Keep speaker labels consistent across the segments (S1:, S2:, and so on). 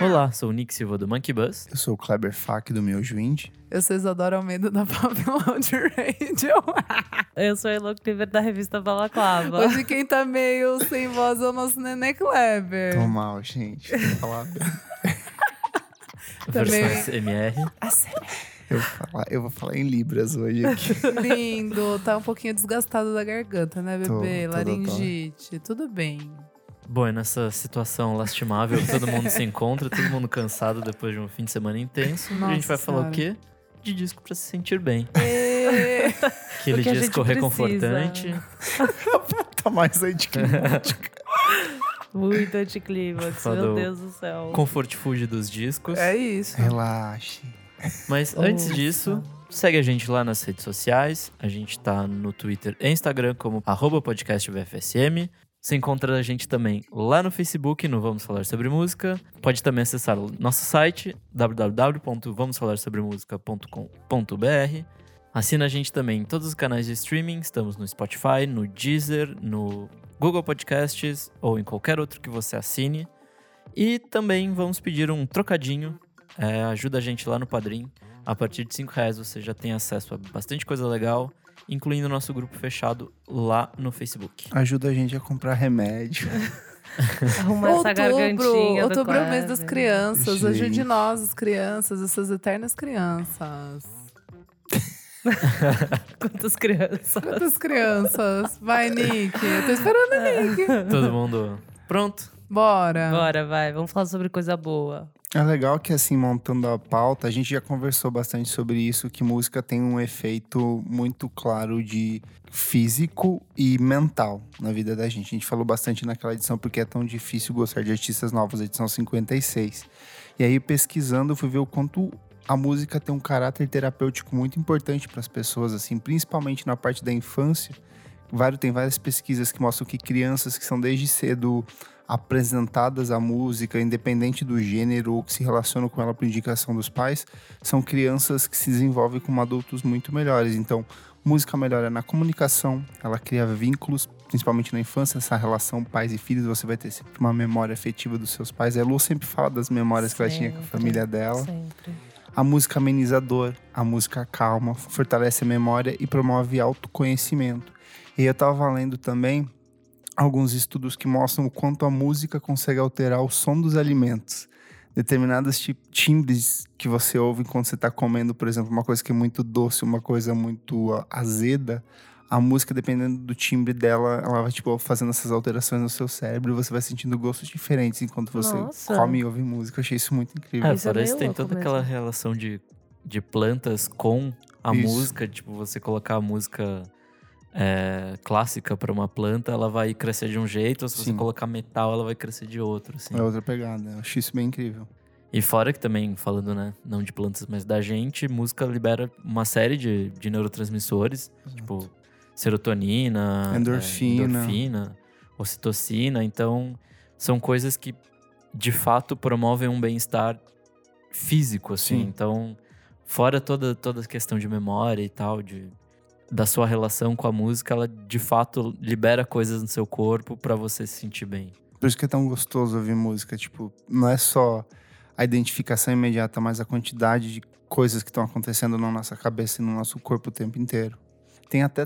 S1: Olá, sou o Nick Silva do Monkey Bus.
S2: Eu sou o Kleber Fak do Meu Juinde.
S3: Eu sou Isadora Almeida da Pavilhão de Radio.
S4: Eu sou a Elo Cleaver da revista Balaclava.
S3: Hoje quem tá meio sem voz é o nosso Nenê Kleber.
S2: Tô mal, gente. Eu falar,
S3: Também.
S1: Versões MR.
S3: Ah,
S2: eu, falar, eu vou falar em Libras hoje aqui.
S3: é Lindo, tá um pouquinho desgastado da garganta, né,
S2: Tô,
S3: bebê?
S2: tô, tô, tô.
S3: Laringite, tudo bem.
S1: Bom, e nessa situação lastimável, todo mundo se encontra, todo mundo cansado depois de um fim de semana intenso. a gente
S3: Nossa
S1: vai falar o quê?
S3: Senhora.
S1: De disco pra se sentir bem.
S3: E-
S1: Aquele
S4: O que a gente
S1: disco
S4: precisa.
S1: reconfortante.
S2: tá mais anticlimático.
S4: Muito anticlímax,
S1: Fadou.
S4: meu Deus do céu.
S1: Comfort food dos discos.
S3: é isso.
S2: Relaxe.
S1: Mas
S4: Oh,
S1: antes disso, segue a gente lá nas redes sociais. A gente tá no Twitter e Instagram como arroba podcast VFSM. Você encontra a gente também lá no Facebook, no Vamos Falar Sobre Música. Pode também acessar o nosso site, www.vamosfalarsobremusica.com.br. Assina a gente também em todos os canais de streaming. Estamos no Spotify, no Deezer, no Google Podcasts ou em qualquer outro que você assine. E também vamos pedir um trocadinho é, ajuda a gente lá no Padrim. A partir de 5 reais você já tem acesso a bastante coisa legal, incluindo o nosso grupo fechado lá no Facebook.
S2: Ajuda a gente a comprar remédio.
S4: Arrumar essa gargantinha do
S3: outubro é o mês
S4: Kleber.
S3: das crianças.
S2: Gente.
S3: Ajude nós, as crianças, essas eternas crianças.
S4: Quantas crianças.
S3: Quantas crianças? Vai, Nick. Eu tô esperando o Nick.
S1: Todo mundo pronto?
S3: Bora.
S4: Bora, vai. Vamos falar sobre coisa boa.
S2: É legal que, assim, montando a pauta, a gente já conversou bastante sobre isso, que música tem um efeito muito claro de físico e mental na vida da gente. A gente falou bastante naquela edição porque é tão difícil gostar de artistas novos, edição 56. E aí, pesquisando, eu fui ver o quanto a música tem um caráter terapêutico muito importante para as pessoas, assim, principalmente na parte da infância. Vário, tem várias pesquisas que mostram que crianças que são desde cedo apresentadas à música, independente do gênero ou que se relacionam com ela por indicação dos pais, são crianças que se desenvolvem como adultos muito melhores. Então, música melhora na comunicação, ela cria vínculos, principalmente na infância, essa relação pais e filhos, você vai ter sempre uma memória afetiva dos seus pais. A Lu sempre fala das memórias que ela tinha com a
S4: Sempre.
S2: família dela.
S4: Sempre.
S2: A música ameniza a dor, a música calma, fortalece a memória e promove autoconhecimento. E eu tava lendo também alguns estudos que mostram o quanto a música consegue alterar o som dos alimentos. Determinados ti- timbres que você ouve quando você está comendo, por exemplo, uma coisa que é muito doce, uma coisa muito ah, azeda, a música, dependendo do timbre dela, ela vai tipo, fazendo essas alterações no seu cérebro e você vai sentindo gostos diferentes enquanto você
S4: Nossa.
S2: come e ouve música. Eu achei isso muito incrível.
S1: É,
S4: Isso é
S1: fora
S4: meio
S1: isso tem
S4: louco
S1: toda aquela relação de, de plantas com a
S2: Isso.
S1: música, tipo, você colocar a música é, clássica pra uma planta, ela vai crescer de um jeito, ou se você
S2: Sim.
S1: colocar metal, ela vai crescer de outro, assim.
S2: É outra pegada. Eu acho isso bem incrível.
S1: E fora que também, falando, né, não de plantas, mas da gente, música libera uma série de, de neurotransmissores, tipo serotonina, é,
S2: Endorfina.
S1: endorfina, ocitocina. Então, são coisas que de fato promovem um bem-estar físico, assim.
S2: Sim.
S1: Então, fora toda, toda a questão de memória e tal, de, da sua relação com a música, ela de fato libera coisas no seu corpo pra você se sentir bem.
S2: Por isso que é tão gostoso ouvir música. Tipo, não é só a identificação imediata, mas a quantidade de coisas que estão acontecendo na nossa cabeça e no nosso corpo o tempo inteiro. Tem até.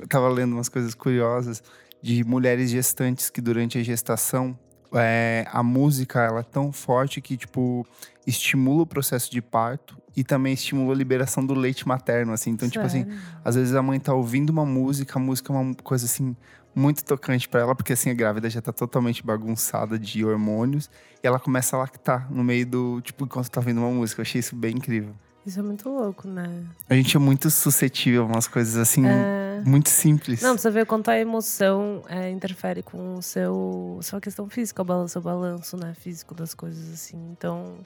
S2: Eu tava lendo umas coisas curiosas de mulheres gestantes que durante a gestação. é, a música ela é tão forte que tipo estimula o processo de parto e também estimula a liberação do leite materno assim então tipo assim
S4: Sério.
S2: Às vezes a mãe tá ouvindo uma música, a música é uma coisa assim muito tocante pra ela, porque assim a grávida já tá totalmente bagunçada de hormônios e ela começa a lactar no meio do, tipo, enquanto tá ouvindo uma música. Eu achei isso bem incrível.
S4: Isso é muito louco, né?
S2: A gente é muito suscetível a umas coisas assim
S4: É.
S2: muito simples.
S4: Não, pra você ver quanto a emoção é, interfere com o seu sua questão física, o balanço, o balanço, né, físico das coisas assim. Então,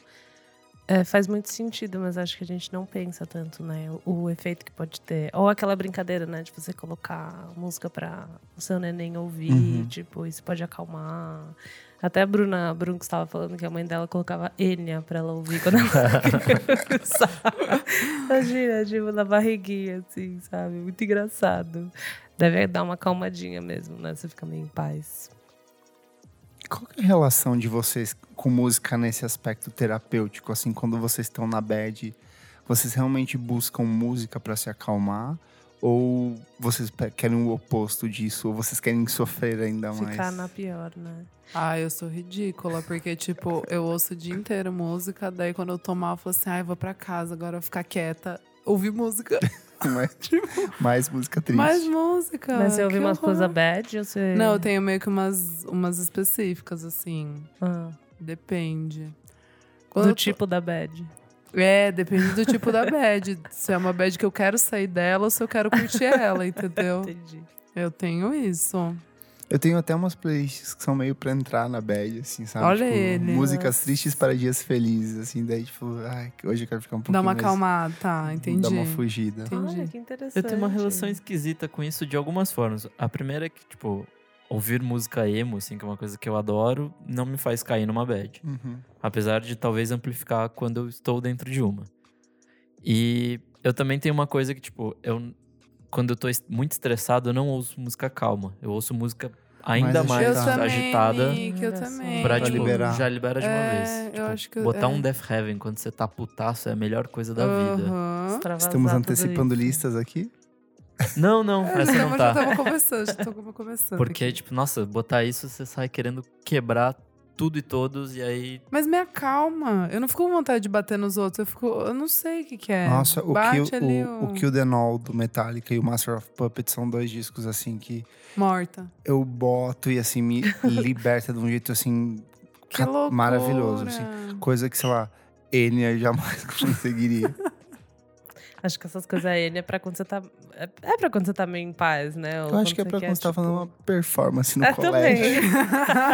S4: É, faz muito sentido, mas acho que a gente não pensa tanto, né? O, o efeito que pode ter. Ou aquela brincadeira, né? De você colocar música pra o seu neném ouvir,
S2: Uhum.
S4: tipo, isso pode acalmar. Até a Bruna Brunco estava falando que a mãe dela colocava Enya pra ela ouvir quando ela era criança. Imagina, tipo, na barriguinha, assim, sabe? Muito engraçado. Deve dar uma acalmadinha mesmo, né? Você fica meio em paz.
S2: Qual que é a relação de vocês com música nesse aspecto terapêutico? Assim, quando vocês estão na bad, vocês realmente buscam música pra se acalmar? Ou vocês pe- querem o oposto disso? Ou vocês querem sofrer ainda mais?
S4: Ficar na pior, né?
S3: Ah, eu sou ridícula, porque, tipo, eu ouço o dia inteiro música, daí quando eu tô mal, eu falo assim, ai, vou pra casa, agora eu vou ficar quieta, ouvir música.
S2: mais, mais música triste.
S3: tipo, Mais música.
S4: Mas você
S3: Ah, que
S4: ouviu umas
S3: horror.
S4: coisas bad ou você.
S3: Não, eu tenho meio que umas, umas específicas, assim.
S4: Ah.
S3: Depende.
S4: do
S3: eu tô-
S4: tipo da bad.
S3: É, depende do tipo da bad. Se é uma bad que eu quero sair dela ou se eu quero curtir ela, entendeu?
S4: Entendi.
S3: Eu tenho isso.
S2: Eu tenho até umas playlists que são meio pra entrar na bad, assim, sabe?
S3: Olha
S2: Tipo,
S3: ele.
S2: Músicas
S4: Nossa.
S2: tristes para dias felizes, assim. Daí, tipo, ai, hoje eu quero ficar um pouquinho
S3: Dá uma
S2: mais-
S3: acalmada, tá, entendi.
S2: Dá uma fugida.
S3: Entendi.
S4: Olha, que interessante.
S1: Eu tenho uma relação esquisita com isso de algumas formas. A primeira é que, tipo, ouvir música emo, assim, que é uma coisa que eu adoro, não me faz cair numa bad.
S2: Uhum.
S1: Apesar de talvez amplificar quando eu estou dentro de uma. E eu também tenho uma coisa que, tipo, eu quando eu tô est- muito estressado, eu não ouço música calma. Eu ouço música ainda mais,
S2: Mais
S3: eu
S2: agitada.
S3: também,
S1: agitada
S3: Nick, eu
S4: Olha só.
S3: também.
S1: pra,
S2: Pra
S1: tipo,
S2: liberar.
S1: já libera de uma
S3: É,
S1: vez.
S3: eu
S1: Tipo,
S3: acho que eu-
S1: botar
S3: é.
S1: um Death Heaven quando você tá putaço é a melhor coisa da vida.
S3: Aham.
S2: Estamos antecipando listas aqui?
S1: Não, não, essa
S3: É, Não,
S1: não
S3: mas
S1: tá.
S3: eu tava conversando, já tava conversando.
S1: Porque,
S3: aqui.
S1: tipo, nossa, botar isso, você sai querendo quebrar tudo e todos, e aí.
S3: Mas me acalma. Eu não fico com vontade de bater nos outros. Eu fico. Eu não sei o que, que é.
S2: Nossa, o
S3: Bate
S2: Kill,
S3: ali
S2: o, o Kill the Null do Metallica e o Master of Puppets são dois discos assim que
S3: Morta.
S2: eu boto e assim me liberta de um jeito assim
S3: Que
S2: ca-
S3: loucura.
S2: maravilhoso, assim. Coisa que, sei lá, Enya jamais conseguiria.
S4: Acho que essas coisas aí né, é pra quando você tá. É é pra quando você tá meio em paz, né? Ou
S2: Eu acho que é
S4: você
S2: pra
S4: quer,
S2: quando você tá
S4: tipo,
S2: fazendo uma performance no
S4: É
S2: colégio.
S4: também.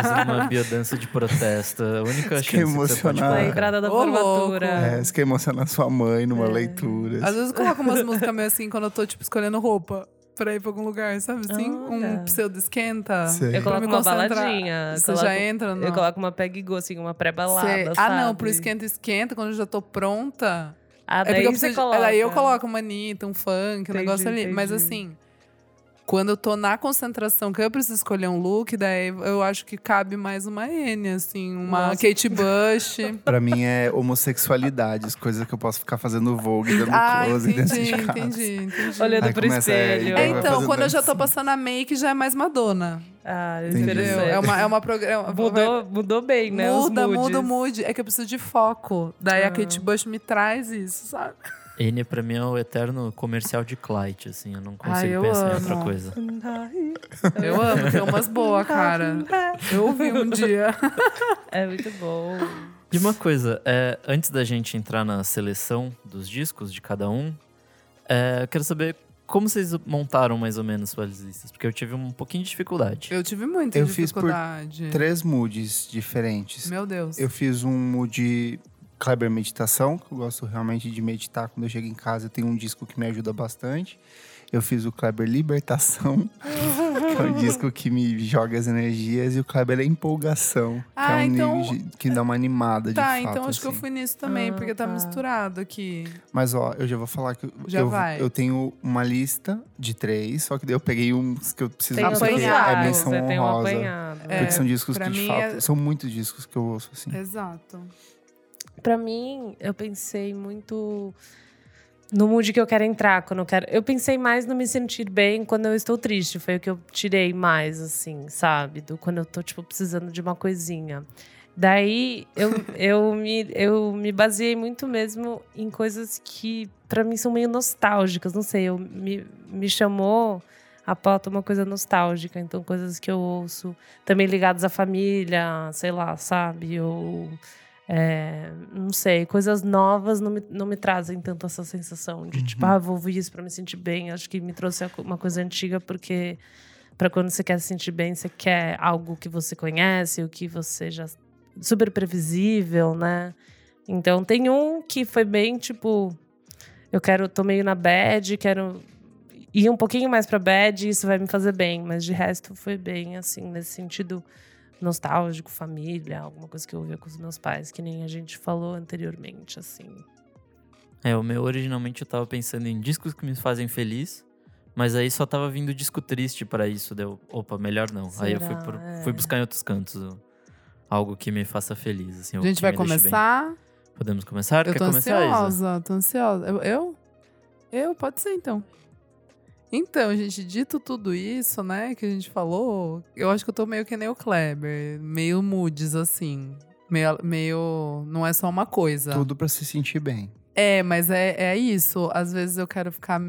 S1: Fazendo uma biodança de protesto. A única
S2: Fiquei
S1: chance que você pode
S2: emocionado.
S4: Na
S1: parar.
S4: entrada da
S3: Ô, louco.
S4: formatura.
S2: É, você quer emocionar sua mãe numa
S4: É.
S2: leitura.
S3: Às vezes eu coloco umas músicas meio assim quando eu tô, tipo, escolhendo roupa pra ir pra algum lugar, sabe? Assim,
S4: Olha.
S3: um pseudo esquenta.
S2: Sei.
S4: Eu
S3: Pra
S4: coloco
S3: me
S4: uma
S3: concentrar.
S4: baladinha.
S3: Você
S4: coloco-
S3: já entra no.
S4: Eu coloco uma peg go, assim, uma pré-balada.
S3: Você- Ah,
S4: sabe?
S3: não, pro esquenta esquenta, quando eu já tô pronta.
S4: Ah,
S3: é
S4: daí
S3: porque eu
S4: você
S3: preciso.
S4: coloca.
S3: Aí eu coloco uma Anitta, um funk, um
S4: Entendi,
S3: negócio ali. Mas
S4: entendi.
S3: assim, quando eu tô na concentração, que eu preciso escolher um look, daí eu acho que cabe mais uma N, assim, uma
S4: Nossa.
S3: Kate Bush.
S2: Pra mim é homossexualidades, coisas que eu posso ficar fazendo vogue, dando
S3: ah,
S2: close dentro
S3: entendi,
S2: de casa.
S3: entendi, entendi.
S4: Olhando
S2: Aí
S4: pro
S2: começa, é,
S4: espelho.
S3: É,
S2: vai
S3: então,
S2: fazendo
S3: quando eu já tô passando a make, já é mais Madonna.
S4: Ah,
S2: Entendi.
S3: Entendeu?
S4: interessante.
S3: É uma, é uma programa.
S4: Mudou, mudou bem, né? os
S3: Muda, muda o
S4: moods.
S3: mood. É que eu preciso de foco. Daí
S4: Ah.
S3: a Kate Bush me traz isso, sabe?
S1: N pra mim é o eterno comercial de Clyde, assim. Eu não consigo
S3: Ai, eu
S1: pensar em
S3: amo.
S1: outra coisa.
S3: Eu amo, tem umas boas, cara. Eu ouvi um dia.
S4: É muito bom.
S1: E uma coisa, é, antes da gente entrar na seleção dos discos de cada um, é, eu quero saber como vocês montaram mais ou menos suas listas, porque eu tive um pouquinho de dificuldade.
S3: Eu tive muita
S2: Eu fiz por
S3: dificuldade.
S2: Três moods diferentes.
S3: Meu Deus.
S2: Eu fiz um mood Kleber Meditação, que eu gosto realmente de meditar quando eu chego em casa. Tem um disco que me ajuda bastante. Eu fiz o Kleber Libertação, que é um disco que me joga as energias, e o Kleber Empolgação, que é
S3: Ah,
S2: um
S3: então-
S2: nível de- que dá uma animada de
S3: tá,
S2: fato,
S3: então acho que eu
S2: assim.
S3: fui nisso também,
S4: Ah,
S3: porque tá,
S4: tá.
S3: misturado aqui.
S2: Mas ó, eu já vou falar que eu-
S3: Já
S2: eu,
S3: vai.
S2: eu tenho uma lista de três, só que daí eu peguei uns que eu preciso
S4: Tem
S3: Apanhado.
S2: porque
S4: apanhado.
S2: é menção
S4: você tem um
S2: honrosa.
S4: apanhado.
S2: porque são discos
S3: pra
S2: que de
S3: mim
S2: fato,
S3: é-
S2: são muitos discos que eu ouço assim.
S1: Hum.
S3: Exato.
S4: Pra mim, eu pensei muito no mood que eu quero entrar, quando eu quero. Eu pensei mais no me sentir bem quando eu estou triste. Foi o que eu tirei mais, assim, sabe? Do quando eu tô, tipo, precisando de uma coisinha. Daí eu, eu, me, eu me baseei muito mesmo em coisas que, pra mim, são meio nostálgicas. Não sei, eu me, me chamou a pauta uma coisa nostálgica. Então, coisas que eu ouço também ligadas à família, sei lá, sabe? Ou é, não sei, coisas novas não me, não me trazem tanto essa sensação de tipo, ah, vou ouvir isso pra me sentir bem. Acho que me trouxe uma coisa antiga, porque pra quando você quer se sentir bem, você quer algo que você conhece, o que você já. super previsível, né? Então tem um que foi bem tipo, eu quero, tô meio na bad, quero ir um pouquinho mais pra bad, isso vai me fazer bem. Mas de resto foi bem assim, nesse sentido nostálgico, família, alguma coisa que eu ouvia com os meus pais, que nem a gente falou anteriormente, assim.
S1: É, o meu originalmente eu tava pensando em discos que me fazem feliz, mas aí só tava vindo disco triste pra isso, deu, opa, melhor não. Aí eu fui,
S4: Será?
S1: por-
S4: É.
S1: fui buscar em outros cantos ó, algo que me faça feliz, assim.
S3: A
S1: ou
S3: gente
S1: que
S3: vai
S1: me deixe bem.
S3: começar.
S1: Podemos começar?
S3: Eu
S1: Quer
S3: tô
S1: começar, Isa?
S3: ansiosa, tô ansiosa. Eu, eu? Eu? Pode ser então. Então, gente, dito tudo isso, né, que a gente falou, eu acho que eu tô meio que nem o Kleber, meio moods, assim. Meio, meio. Não é só uma coisa.
S2: Tudo pra se sentir bem.
S3: É, mas é, é isso. Às vezes eu quero ficar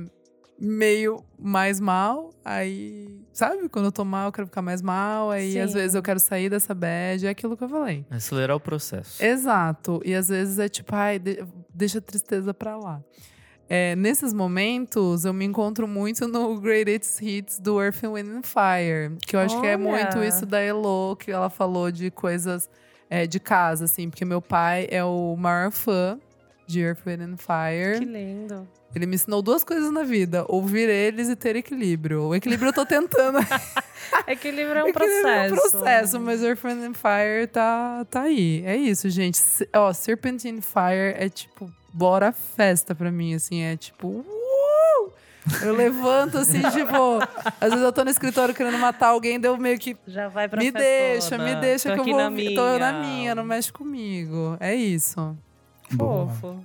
S3: meio mais mal, aí. Sabe? Quando eu tô mal, eu quero ficar mais mal, aí às
S4: Sim.
S3: vezes eu quero sair dessa bad, é aquilo que eu falei.
S1: Acelerar o processo.
S3: Exato. E às vezes é tipo, ai, de- deixa a tristeza pra lá. É, nesses momentos, eu me encontro muito no Greatest Hits do Earth, Wind and Fire. Que eu acho que é
S4: Olha!
S3: muito isso da Elo, que ela falou de coisas é, de casa, assim. Porque meu pai é o maior fã de Earth, Wind and Fire.
S4: Que lindo.
S3: Ele me ensinou duas coisas na vida. Ouvir eles e ter equilíbrio. O equilíbrio eu tô tentando
S4: Equilíbrio é um
S3: que
S4: processo.
S3: É um processo, mas Earth, Wind and Fire tá, tá aí. É isso, gente. Se- Ó, Serpentine Fire é tipo, bora festa pra mim, assim. É tipo, uou! Eu levanto, assim, tipo... Às vezes eu tô no escritório querendo matar alguém, deu meio que...
S4: Já vai pra
S3: Me deixa, me
S4: festona.
S3: deixa
S4: Tô
S3: que eu
S4: aqui
S3: vou...
S4: na
S3: ouvir. Tô na
S4: minha.
S3: minha, não mexe comigo. É isso.
S2: Boa.
S4: Fofo.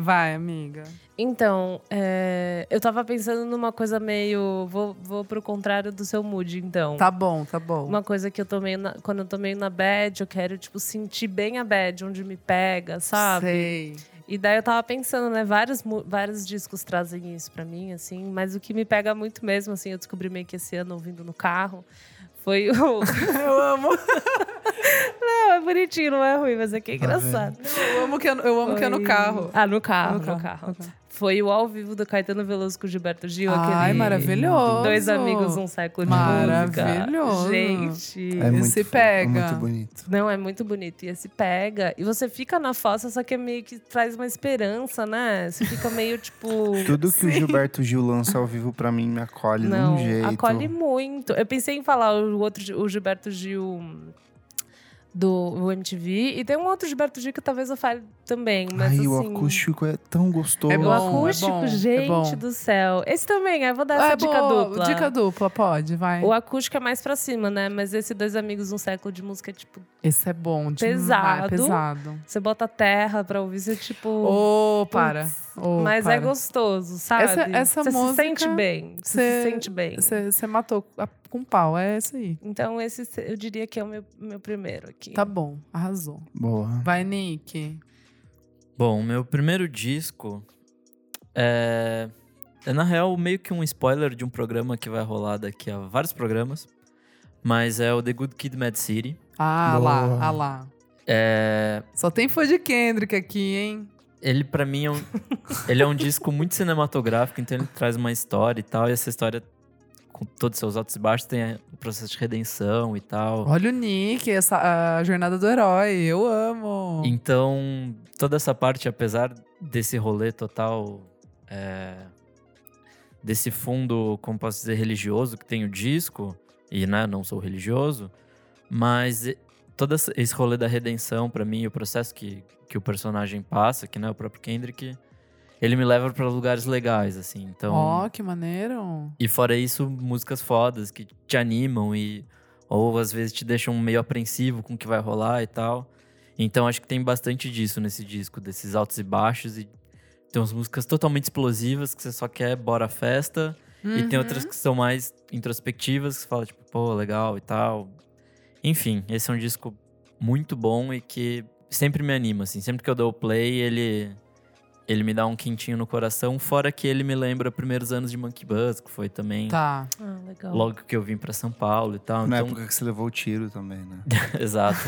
S3: Vai, amiga.
S4: Então, é, eu tava pensando numa coisa meio. Vou, vou pro contrário do seu mood, então.
S3: Tá bom, tá bom.
S4: Uma coisa que eu tô meio. na- quando eu tô meio na bad, eu quero, tipo, sentir bem a bad, onde me pega, sabe?
S3: Sei.
S4: E daí eu tava pensando, né? Vários, mu- vários discos trazem isso pra mim, assim. Mas o que me pega muito mesmo, assim, eu descobri meio que esse ano ouvindo no carro, foi o.
S3: Eu amo,
S4: não, é bonitinho, não é ruim, mas é que é
S2: Tá vendo?
S4: engraçado.
S3: eu amo que Ah, é, no- eu amo que é no
S4: Foi-
S3: carro.
S4: Ah, no carro,
S3: No
S4: no
S3: carro,
S4: carro.
S3: no carro.
S4: Foi o ao vivo do Caetano Veloso com o Gilberto Gil.
S3: Ai,
S4: aquele...
S3: maravilhoso.
S4: Dois amigos, um século de
S3: Maravilhoso.
S4: música. Gente.
S2: É muito,
S3: Esse
S2: fofo, é
S3: pega.
S2: muito bonito.
S4: Não, é muito bonito. E esse pega. E você fica na fossa, só que é meio que traz uma esperança, né? Você fica meio tipo.
S2: Tudo que o Gilberto Gil lança ao vivo pra mim me acolhe
S4: Não,
S2: de um jeito.
S4: acolhe muito. Eu pensei em falar o outro, Gi- o Gilberto Gil do o MTV. E tem um outro Gilberto Gil que talvez eu fale também. Mas,
S2: Ai,
S4: assim,
S2: o acústico é tão gostoso.
S3: É
S4: O
S3: bom,
S4: acústico,
S3: bom, é
S4: gente
S3: bom.
S4: do céu. Esse também, eu vou dar
S3: Ah,
S4: essa
S3: é
S4: dica
S3: boa.
S4: dupla.
S3: Dica dupla, pode, vai.
S4: O acústico é mais pra cima, né? Mas esse Dois Amigos, um século de música, é tipo,
S3: Esse é bom, demais,
S4: Pesado.
S3: pesado.
S4: você bota terra pra ouvir, você tipo.
S3: Ô, para. Ô,
S4: mas é
S3: para.
S4: gostoso, sabe?
S3: Essa- essa
S4: você
S3: música,
S4: se sente bem. Você
S3: cê-
S4: se sente bem.
S3: Você matou a- com pau, é isso aí.
S4: Então, esse se- eu diria que é o meu, meu primeiro aqui.
S3: Tá bom, arrasou.
S2: Boa.
S3: Vai, Nick.
S1: Bom, meu primeiro disco é... é, na real, meio que um spoiler de um programa que vai rolar daqui a vários programas. Mas é o The Good Kid, Mad City.
S3: Ah
S2: Boa.
S3: lá, ah lá.
S1: É...
S3: Só tem fã de Kendrick aqui, hein?
S1: Ele, pra mim, é um... ele é um disco muito cinematográfico, então ele traz uma história e tal. E essa história, com todos os seus altos e baixos, tem o processo de redenção e tal.
S3: Olha o Nick, essa, a jornada do herói. Eu amo.
S1: Então, toda essa parte, apesar desse rolê total, é, desse fundo, como posso dizer, religioso que tem o disco, e né, não sou religioso, mas e- todo essa- esse rolê da redenção, pra mim, e o processo que, que o personagem passa, que né, o próprio Kendrick, ele me leva pra lugares legais, assim. Então,
S3: Ó, que maneiro.
S1: e fora isso, músicas fodas que te animam e ou às vezes te deixam meio apreensivo com o que vai rolar e tal. Então acho que tem bastante disso nesse disco, desses altos e baixos e tem umas músicas totalmente explosivas que você só quer bora à festa e tem
S3: Uhum.
S1: outras que são mais introspectivas que você fala tipo, pô, legal e tal. Enfim, esse é um disco muito bom e que sempre me anima assim, sempre que eu dou o play, ele ele me dá um quentinho no coração, fora que ele me lembra primeiros anos de Monkey Buzz, que foi também
S3: Tá.
S4: Ah, legal.
S1: logo que eu vim pra São Paulo e tal.
S2: Na
S1: então,
S2: época que você levou o tiro também, né?
S1: exato.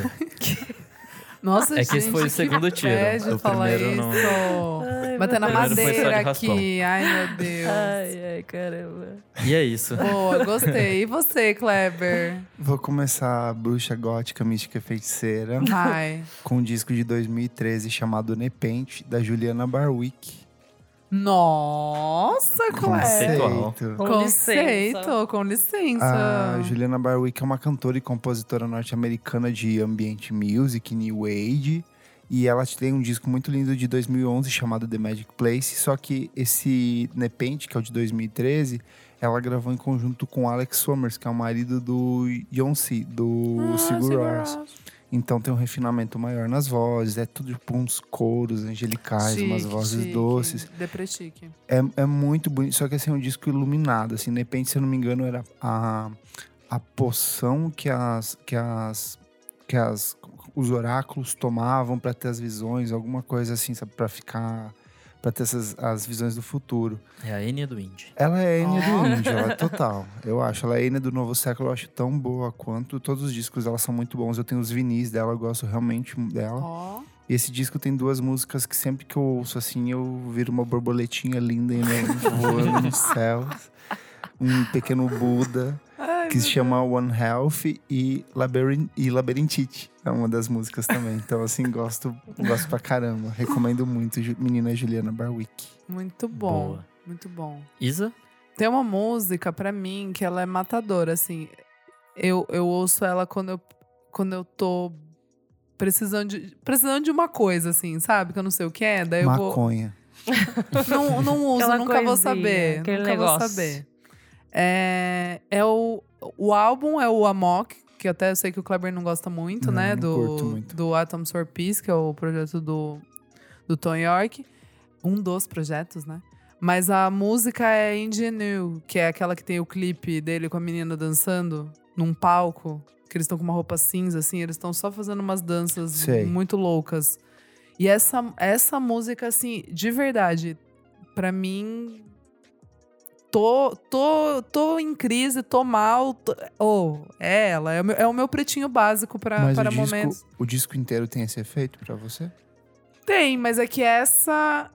S3: Nossa,
S1: É
S3: gente,
S1: que É esse foi o segundo tiro.
S3: bad
S1: O
S3: falar
S1: primeiro não-
S3: isso.
S4: Ai,
S3: Batendo a
S1: Primeiro foi só de
S3: madeira
S1: raspão.
S3: aqui. Ai, meu Deus.
S4: Ai, ai, caramba.
S1: E é isso.
S3: Boa, gostei. E você, Kleber?
S2: Vou começar Bruxa Gótica Mística Feiticeira
S3: Ai.
S2: com um disco de 2013 chamado Nepente, da Juliana Barwick.
S3: Nossa, Kleber.
S1: Conceitual.
S4: Com licença.
S3: Conceito, com licença.
S2: A Juliana Barwick é uma cantora e compositora norte-americana de ambient music, new age. E ela tem um disco muito lindo de 2011 chamado The Magic Place. Só que esse Nepente, que é o de 2013, ela gravou em conjunto com Alex Summers, que é o marido do Beyoncé, do
S3: Ah,
S2: Sigur
S3: Sigur
S2: Rós. Então tem um refinamento maior nas vozes, é tudo tipo uns coros angelicais, umas
S3: Chique,
S2: vozes
S3: chique.
S2: doces.
S3: Deprechique.
S2: É, é muito bonito, só que assim, é um disco iluminado, assim, de repente, se eu não me engano, era a, a poção que as, que as, que as, os oráculos tomavam pra ter as visões, alguma coisa assim, sabe, pra ficar, pra ter essas, as visões do futuro.
S1: É a Enya do Indy.
S2: Ela é a Enya
S3: Ó.
S2: do Índio, ela é total. Eu acho. Ela é a Enya do Novo Século, eu acho tão boa quanto. Todos os discos dela são muito bons. Eu tenho os vinis dela, eu gosto realmente dela.
S3: Ó.
S2: E esse disco tem duas músicas que sempre que eu ouço assim, eu viro uma borboletinha linda e né, voando no céu. Um pequeno Buda,
S3: Ai,
S2: que se chama One Health e, Labirin e Labirintite. É uma das músicas também. Então, assim, gosto, gosto pra caramba. Recomendo muito, Ju- menina Juliana Barwick.
S3: Muito bom.
S1: Boa.
S3: Muito bom.
S1: Isa?
S3: Tem uma música pra mim que ela é matadora, assim. Eu, eu ouço ela quando eu, quando eu tô precisando de, precisando de uma coisa, assim, sabe? Que eu não sei o que é. Daí eu vou.
S2: Maconha.
S3: Não, não uso,
S4: Aquela
S3: nunca
S4: coisinha,
S3: vou saber.
S4: aquele
S3: Nunca vou
S4: negócio.
S3: saber. É, é o, o álbum é o Amok, que até eu sei que o Kleber não gosta muito,
S2: Não,
S3: né?
S2: não
S3: do,
S2: curto muito.
S3: do Atoms for Peace, que é o projeto do, do Tom York. Um dos projetos, né? Mas a música é Ingenue, que é aquela que tem o clipe dele com a menina dançando num palco, que eles estão com uma roupa cinza, assim, eles estão só fazendo umas danças
S2: Sei.
S3: muito loucas. E essa, essa música, assim, de verdade, pra mim. Tô, tô, tô em crise, tô mal. Tô... Oh, é ela. É o meu, é o meu pretinho básico pra,
S2: Mas
S3: para
S2: o, disco,
S3: momentos.
S2: o disco inteiro tem esse efeito pra você?
S3: Tem, mas é que essa.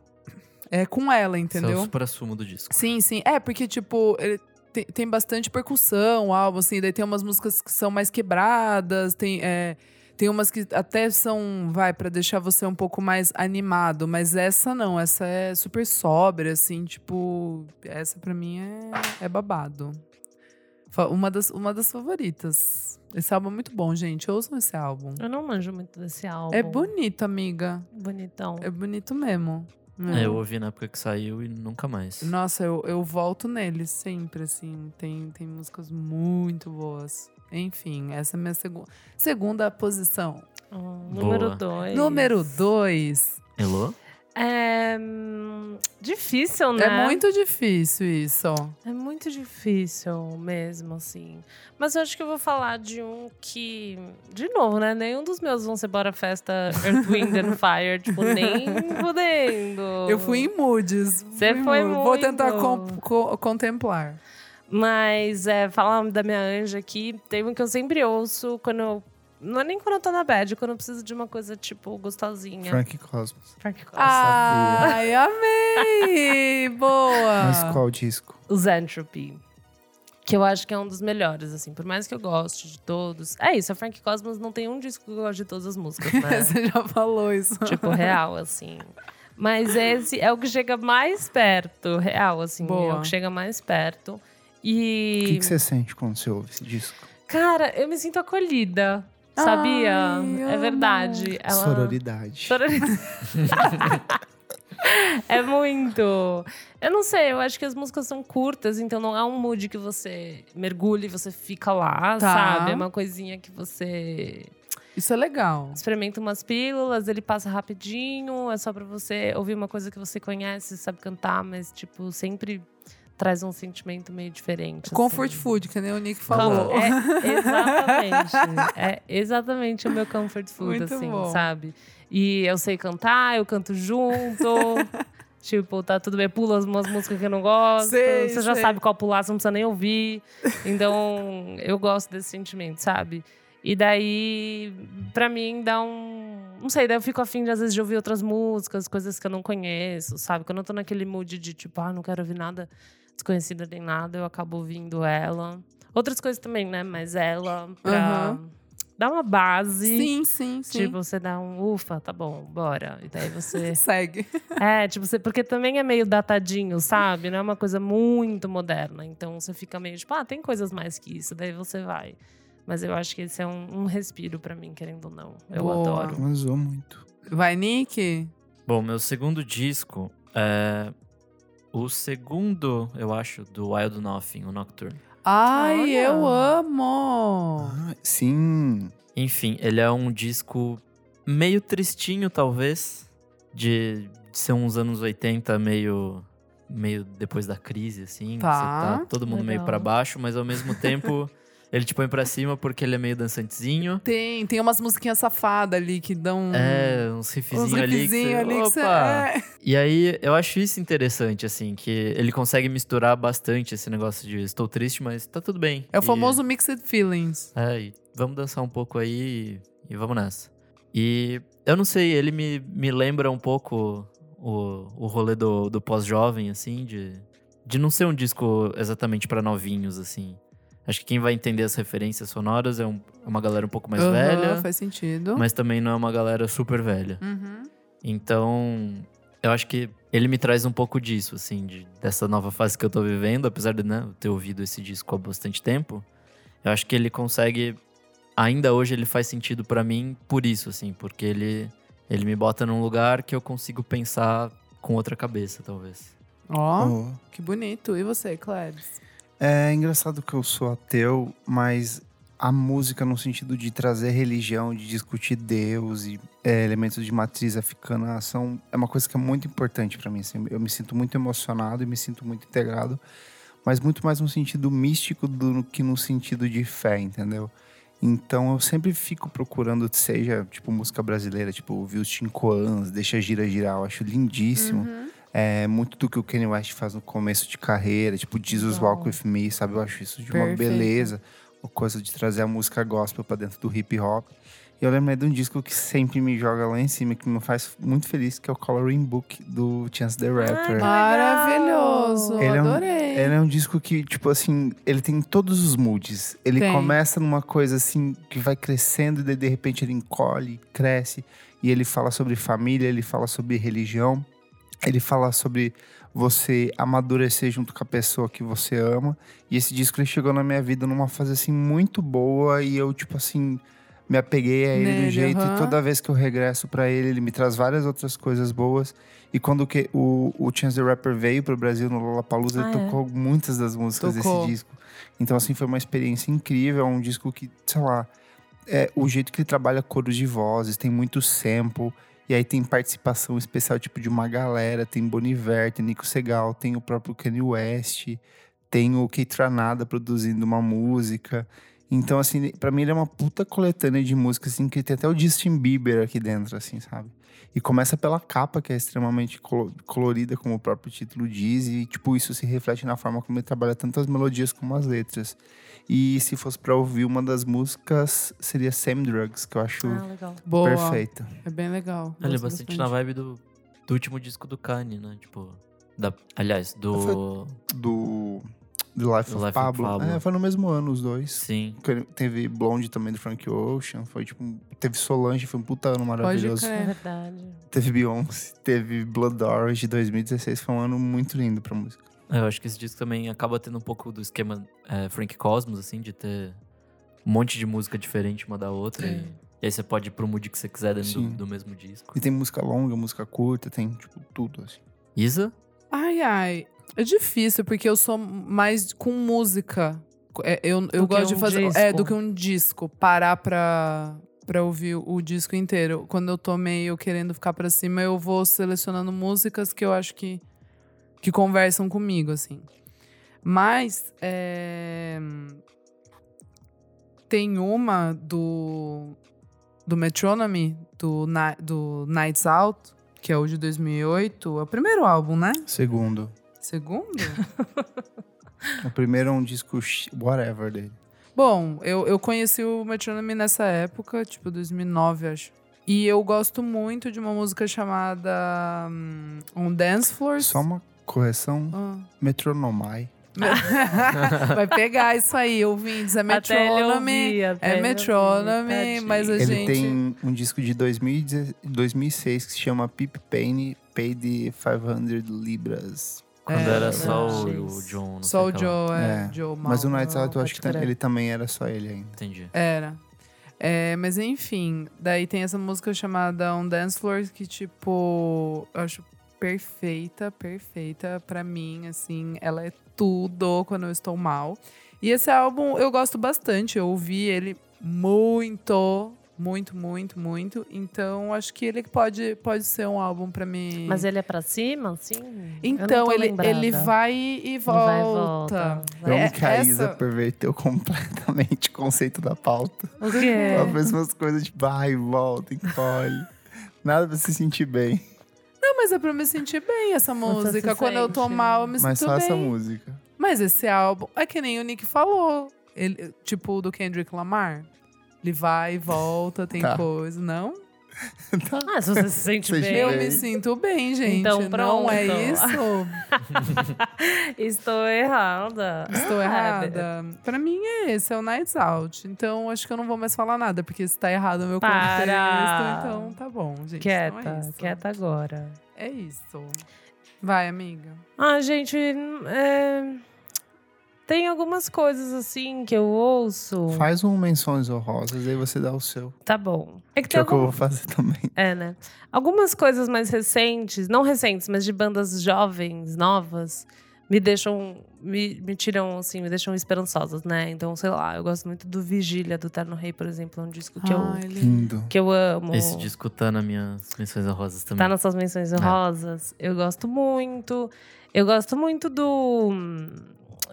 S3: É com ela,
S1: Você é o
S3: entendeu?
S1: supra-sumo do disco.
S3: Sim, sim. É, porque, tipo, ele tem, tem bastante percussão, o álbum, assim. Daí tem umas músicas que são mais quebradas, tem, é, tem umas que até são, vai, pra deixar você um pouco mais animado. Mas essa não, essa é super sóbria, assim, tipo. Essa pra mim é, é babado. Fa- Uma das, uma das favoritas. Esse álbum é muito bom, gente. Ouçam esse álbum.
S4: Eu não manjo muito desse álbum.
S3: É bonito, amiga.
S4: Bonitão.
S3: É bonito mesmo.
S1: É, eu ouvi na época que saiu e nunca mais.
S3: Nossa, eu, eu volto nele sempre, assim. Tem, tem músicas muito boas. Enfim, essa é a minha segunda. Segunda posição.
S4: Ah, número
S1: Boa.
S4: 2.
S3: Número 2.
S1: Elô?
S4: É. hum, Difícil, né?
S3: É muito difícil isso.
S4: É muito difícil mesmo, assim. Mas eu acho que eu vou falar de um que. De novo, né? Nenhum dos meus vão ser Bora Festa Earth, Wind and Fire. tipo, nem podendo.
S3: Eu fui em moods.
S4: Você
S3: Fui em
S4: foi
S3: moods. Vou
S4: muito.
S3: tentar com- co- contemplar.
S4: Mas é, falar da minha anja aqui, tem um que eu sempre ouço quando eu. Não é nem quando eu tô na bad, quando eu preciso de uma coisa, tipo, gostosinha. Ah,
S2: Frank Cosmos.
S4: Frank Costa.
S3: Ai, amei! Boa!
S2: Mas qual disco?
S4: Os Entropy. Que eu acho que é um dos melhores, assim. Por mais que eu goste de todos. É isso, a Frank Cosmos não tem um disco que eu gosto de todas as músicas, né?
S3: Você já falou isso.
S4: tipo, real, assim. Mas esse é o que chega mais perto, real, assim. É
S3: Boa.
S4: o que chega mais perto.
S2: O
S4: E.
S2: que, que você sente quando você ouve esse disco?
S4: Cara, eu me sinto acolhida, sabia?
S3: Ai,
S4: é
S3: amo.
S4: verdade. Ela...
S2: Sororidade.
S4: Sororidade. é muito. Eu não sei, eu acho que as músicas são curtas, então não é um mood que você mergulha e você fica lá,
S3: Tá.
S4: sabe? É uma coisinha que você
S3: Isso é legal.
S4: experimenta umas pílulas, ele passa rapidinho, é só pra você ouvir uma coisa que você conhece, sabe cantar, mas tipo, sempre traz um sentimento meio diferente.
S3: Comfort
S4: assim.
S3: food, que nem o Nick
S4: Então,
S3: falou.
S4: É exatamente. É exatamente o meu comfort food,
S3: Muito
S4: assim,
S3: bom.
S4: sabe? E eu sei cantar, eu canto junto. tipo, tá tudo bem. Pula umas músicas que eu não gosto.
S3: Sei,
S4: você já
S3: sei.
S4: sabe qual pular, você não precisa nem ouvir. Então, eu gosto desse sentimento, sabe? E daí, pra mim, dá um. Não sei, daí eu fico afim, de, às vezes, de ouvir outras músicas, coisas que eu não conheço, sabe? Quando eu tô naquele mood de, tipo, ah, não quero ouvir nada desconhecida nem nada, eu acabo ouvindo ela. Outras coisas também, né? Mas ela, pra
S3: Aham.
S4: dar uma base.
S3: Sim, sim, sim.
S4: Tipo, você dá um ufa, tá bom, bora. E daí você.
S3: Segue.
S4: é, tipo, você. Porque também é meio datadinho, sabe? Não é uma coisa muito moderna. Então você fica meio tipo, ah, tem coisas mais que isso. Daí você vai. Mas eu acho que esse é um, um respiro pra mim, querendo ou não. Eu
S3: Boa.
S4: adoro.
S2: Mas eu muito.
S3: Vai, Nick?
S1: Bom, meu segundo disco é o segundo, eu acho, do Wild Nothing, o Nocturne.
S3: Ai,
S4: Olha.
S3: eu amo!
S2: Ah, sim.
S1: Enfim, ele é um disco meio tristinho, talvez, de, de ser uns anos 80 meio meio depois da crise, assim. que
S3: Tá,
S1: Você tá todo mundo meio
S4: legal.
S1: pra baixo, mas ao mesmo tempo ele te põe pra cima porque ele é meio dançantezinho.
S3: Tem, tem umas musiquinhas safadas ali que dão
S1: É, uns riffzinhos
S3: Uhum. uns
S1: ali. que você-
S3: riffzinhos ali que você...
S1: Opa!
S3: É.
S1: E aí, eu acho isso interessante, assim, que ele consegue misturar bastante esse negócio de estou triste, mas tá tudo bem.
S3: É o
S1: E-
S3: famoso Mixed Feelings.
S1: é, e vamos dançar um pouco aí e, e vamos nessa. E eu não sei, ele me, me lembra um pouco o, o rolê do, do pós-jovem, assim, de, de não ser um disco exatamente pra novinhos, assim. Acho que quem vai entender as referências sonoras é, um- é uma galera um pouco mais
S3: Aham,
S1: velha,
S3: Faz sentido.
S1: mas também não é uma galera super velha.
S3: Uhum.
S1: Então, eu acho que ele me traz um pouco disso, assim, de- dessa nova fase que eu tô vivendo, apesar de né, eu ter ouvido esse disco há bastante tempo. Eu acho que ele consegue. Ainda hoje ele faz sentido pra mim por isso, assim, porque ele, ele me bota num lugar que eu consigo pensar com outra cabeça, talvez.
S3: Ó,
S2: Oh.
S3: que bonito. E você, Klebs?
S2: É engraçado que eu sou ateu, mas a música no sentido de trazer religião, de discutir Deus e é, elementos de matriz africana são é uma coisa que é muito importante pra mim. assim. eu me sinto muito emocionado e me sinto muito integrado, mas muito mais no sentido místico do que no sentido de fé, entendeu? Então eu sempre fico procurando, seja tipo música brasileira, tipo ouvir os Cinco Anos, Deixa Gira Girar, eu acho lindíssimo.
S3: Uhum.
S2: É muito do que o Kanye West faz no começo de carreira, tipo Jesus
S4: Legal.
S2: Walk With Me, sabe? Eu acho isso de uma
S3: Perfeito.
S2: beleza, uma coisa de trazer a música gospel pra dentro do hip hop. E eu lembrei de um disco que sempre me joga lá em cima, que me faz muito feliz, que é o Coloring Book, do Chance the Rapper.
S4: legal.
S3: Maravilhoso.
S2: Ele é um-
S3: Adorei.
S2: Ele é um disco que, tipo assim, ele tem todos os moods. Ele
S3: Tem.
S2: começa numa coisa assim que vai crescendo, e daí de repente ele encolhe, cresce. E ele fala sobre família, ele fala sobre religião, ele fala sobre você amadurecer junto com a pessoa que você ama. E esse disco ele chegou na minha vida numa fase assim muito boa e eu, tipo assim. Me apeguei a ele de
S3: Nele,
S2: um jeito
S3: aham.
S2: e toda vez que eu regresso pra ele, ele me traz várias outras coisas boas. E quando o que, o, o Chance the Rapper veio pro Brasil no Lollapalooza,
S4: Ah,
S2: ele
S4: é?
S2: tocou muitas das músicas
S3: Tocou.
S2: desse disco. Então, assim, foi uma experiência incrível. É um disco que, sei lá, é, o jeito que ele trabalha coros de vozes, tem muito sample. E aí tem participação especial, tipo, de uma galera. Tem Boniver, tem Nico Segal, tem o próprio Kanye West. Tem o Keitranada produzindo uma música. Então, assim, pra mim ele é uma puta coletânea de música, assim, que tem até o Justin Bieber aqui dentro, assim, sabe? E começa pela capa, que é extremamente colo- colorida, como o próprio título diz, e tipo, isso se reflete na forma como ele trabalha tanto as melodias como as letras. E se fosse pra ouvir uma das músicas, seria Sam Drugs, que eu acho
S4: Ah, legal.
S3: Boa.
S2: perfeita.
S3: É bem legal.
S1: Ele é
S3: Gosto
S1: bastante na vibe do, do último disco do Kanye, né? Tipo. da- aliás, do.
S2: Do The Life,
S1: The Life
S2: of,
S1: of
S2: Pablo.
S1: Pablo.
S2: É, foi no mesmo ano os dois.
S1: Sim.
S2: Teve Blonde também do Frank Ocean, foi tipo, teve Solange, foi um puta ano
S3: Pode
S2: maravilhoso.
S4: É
S3: crer.
S4: verdade.
S2: Teve Beyoncé, teve Blood Orange de 2016, foi um ano muito lindo pra música.
S1: É, Eu acho que esse disco também acaba tendo um pouco do esquema é, Frank Cosmos, assim, de ter um monte de música diferente uma da outra. E, e aí você pode ir pro mood que você quiser dentro do,
S2: Sim.
S1: do mesmo disco.
S2: E tem música longa, música curta, tem tipo tudo assim.
S1: Isa?
S3: Ai, ai. É difícil, porque eu sou mais com música. É, eu eu
S4: que
S3: gosto de
S4: um
S3: fazer.
S4: disco.
S3: É, do que um disco. Parar pra, pra ouvir o disco inteiro. Quando eu tô meio querendo ficar pra cima, eu vou selecionando músicas que eu acho que, que conversam comigo, assim. Mas. é, Tem uma do. Do Metronomy, do, Ni- do Nights Out, que é o de 2008. É o primeiro álbum, né?
S2: Segundo.
S3: Segundo?
S2: O primeiro é um disco sh- whatever dele.
S3: Bom, eu, eu conheci o Metronomy nessa época, tipo 2009, acho. E eu gosto muito de uma música chamada hum, On Dance Floors.
S2: Só uma correção,
S3: Ah.
S2: metronomai.
S3: Vai pegar isso aí, ouvintes. É
S4: Até ele
S3: Metronomy.
S4: ouvir, até
S3: É
S4: ele ouvir,
S3: Metronomy, mas assim- a
S4: tadinho.
S2: Ele
S3: gente.
S2: tem um disco de 2010 2006 que se chama Pip Payne Paid 500 Libras.
S1: Quando
S3: É,
S1: era só o,
S4: X.
S1: o John. não sei
S3: Só o
S1: o que lá.
S3: Joe, é.
S2: É,
S3: Joe
S2: Mas o
S3: Malcolm,
S2: Night Out eu
S4: pode
S2: acho que tam-
S4: crer.
S2: ele também era só ele ainda.
S1: Entendi.
S3: Era. É, mas enfim, daí tem essa música chamada On Dance Floor que, tipo, eu acho perfeita, perfeita pra mim, assim, ela é tudo quando eu estou mal. E esse álbum eu gosto bastante, eu ouvi ele muito, muito, muito, muito. Então acho que ele pode, pode ser um álbum pra mim.
S4: Mas ele é pra cima, assim?
S3: então, ele, ele vai e volta.
S4: Vai e volta.
S2: Eu
S4: Vai.
S3: É,
S2: amo que a Isa
S3: essa-
S2: perverteu completamente o conceito da pauta.
S4: O
S3: É.
S4: quê?
S2: Ela fez umas coisas de vai, volta, encolhe. Nada pra se sentir bem.
S3: Não, mas é pra eu me sentir bem essa
S4: Você se
S3: música. Quando eu tô
S4: sente.
S3: mal, eu me
S2: Mas
S3: sinto
S2: só
S3: bem.
S2: essa música.
S3: Mas esse álbum, é que nem o Nick falou. Ele, tipo o do Kendrick Lamar. Ele vai e volta, tem
S2: Tá.
S3: coisa. Não?
S2: Tá.
S4: Ah, se você se sente
S2: Vocês
S4: bem.
S3: Eu
S2: bem.
S3: me sinto bem, gente.
S4: Então,
S3: Não
S4: pronto.
S3: é isso?
S4: Estou errada.
S3: Estou
S4: Ah,
S3: errada. Pra mim é esse, é o Nights Out. Então acho que eu não vou mais falar nada, porque se tá errado o meu
S4: Para.
S3: contexto, então tá bom, gente. então
S4: Quieta,
S3: é isso.
S4: quieta agora.
S3: É isso. Vai, amiga.
S4: Ah, gente, é, tem algumas coisas assim que eu ouço.
S2: Faz um menções honrosas, aí você dá o seu.
S4: Tá bom. É que
S2: Que é
S4: tem
S2: o que eu
S3: Tá
S4: algum...
S2: vou fazer também.
S4: É, né? Algumas coisas mais recentes, não recentes, mas de bandas jovens, novas, me deixam, me, me tiram, assim, me deixam esperançosas, né? Então, sei lá, eu gosto muito do Vigília, do Terno Rei, por exemplo, é um disco que,
S3: Ai,
S4: eu,
S3: lindo.
S2: Lindo.
S4: que eu amo.
S1: Esse disco tá nas minhas menções honrosas também. É.
S4: É, Tá nas suas menções honrosas. Eu gosto muito. Eu gosto muito do. hum,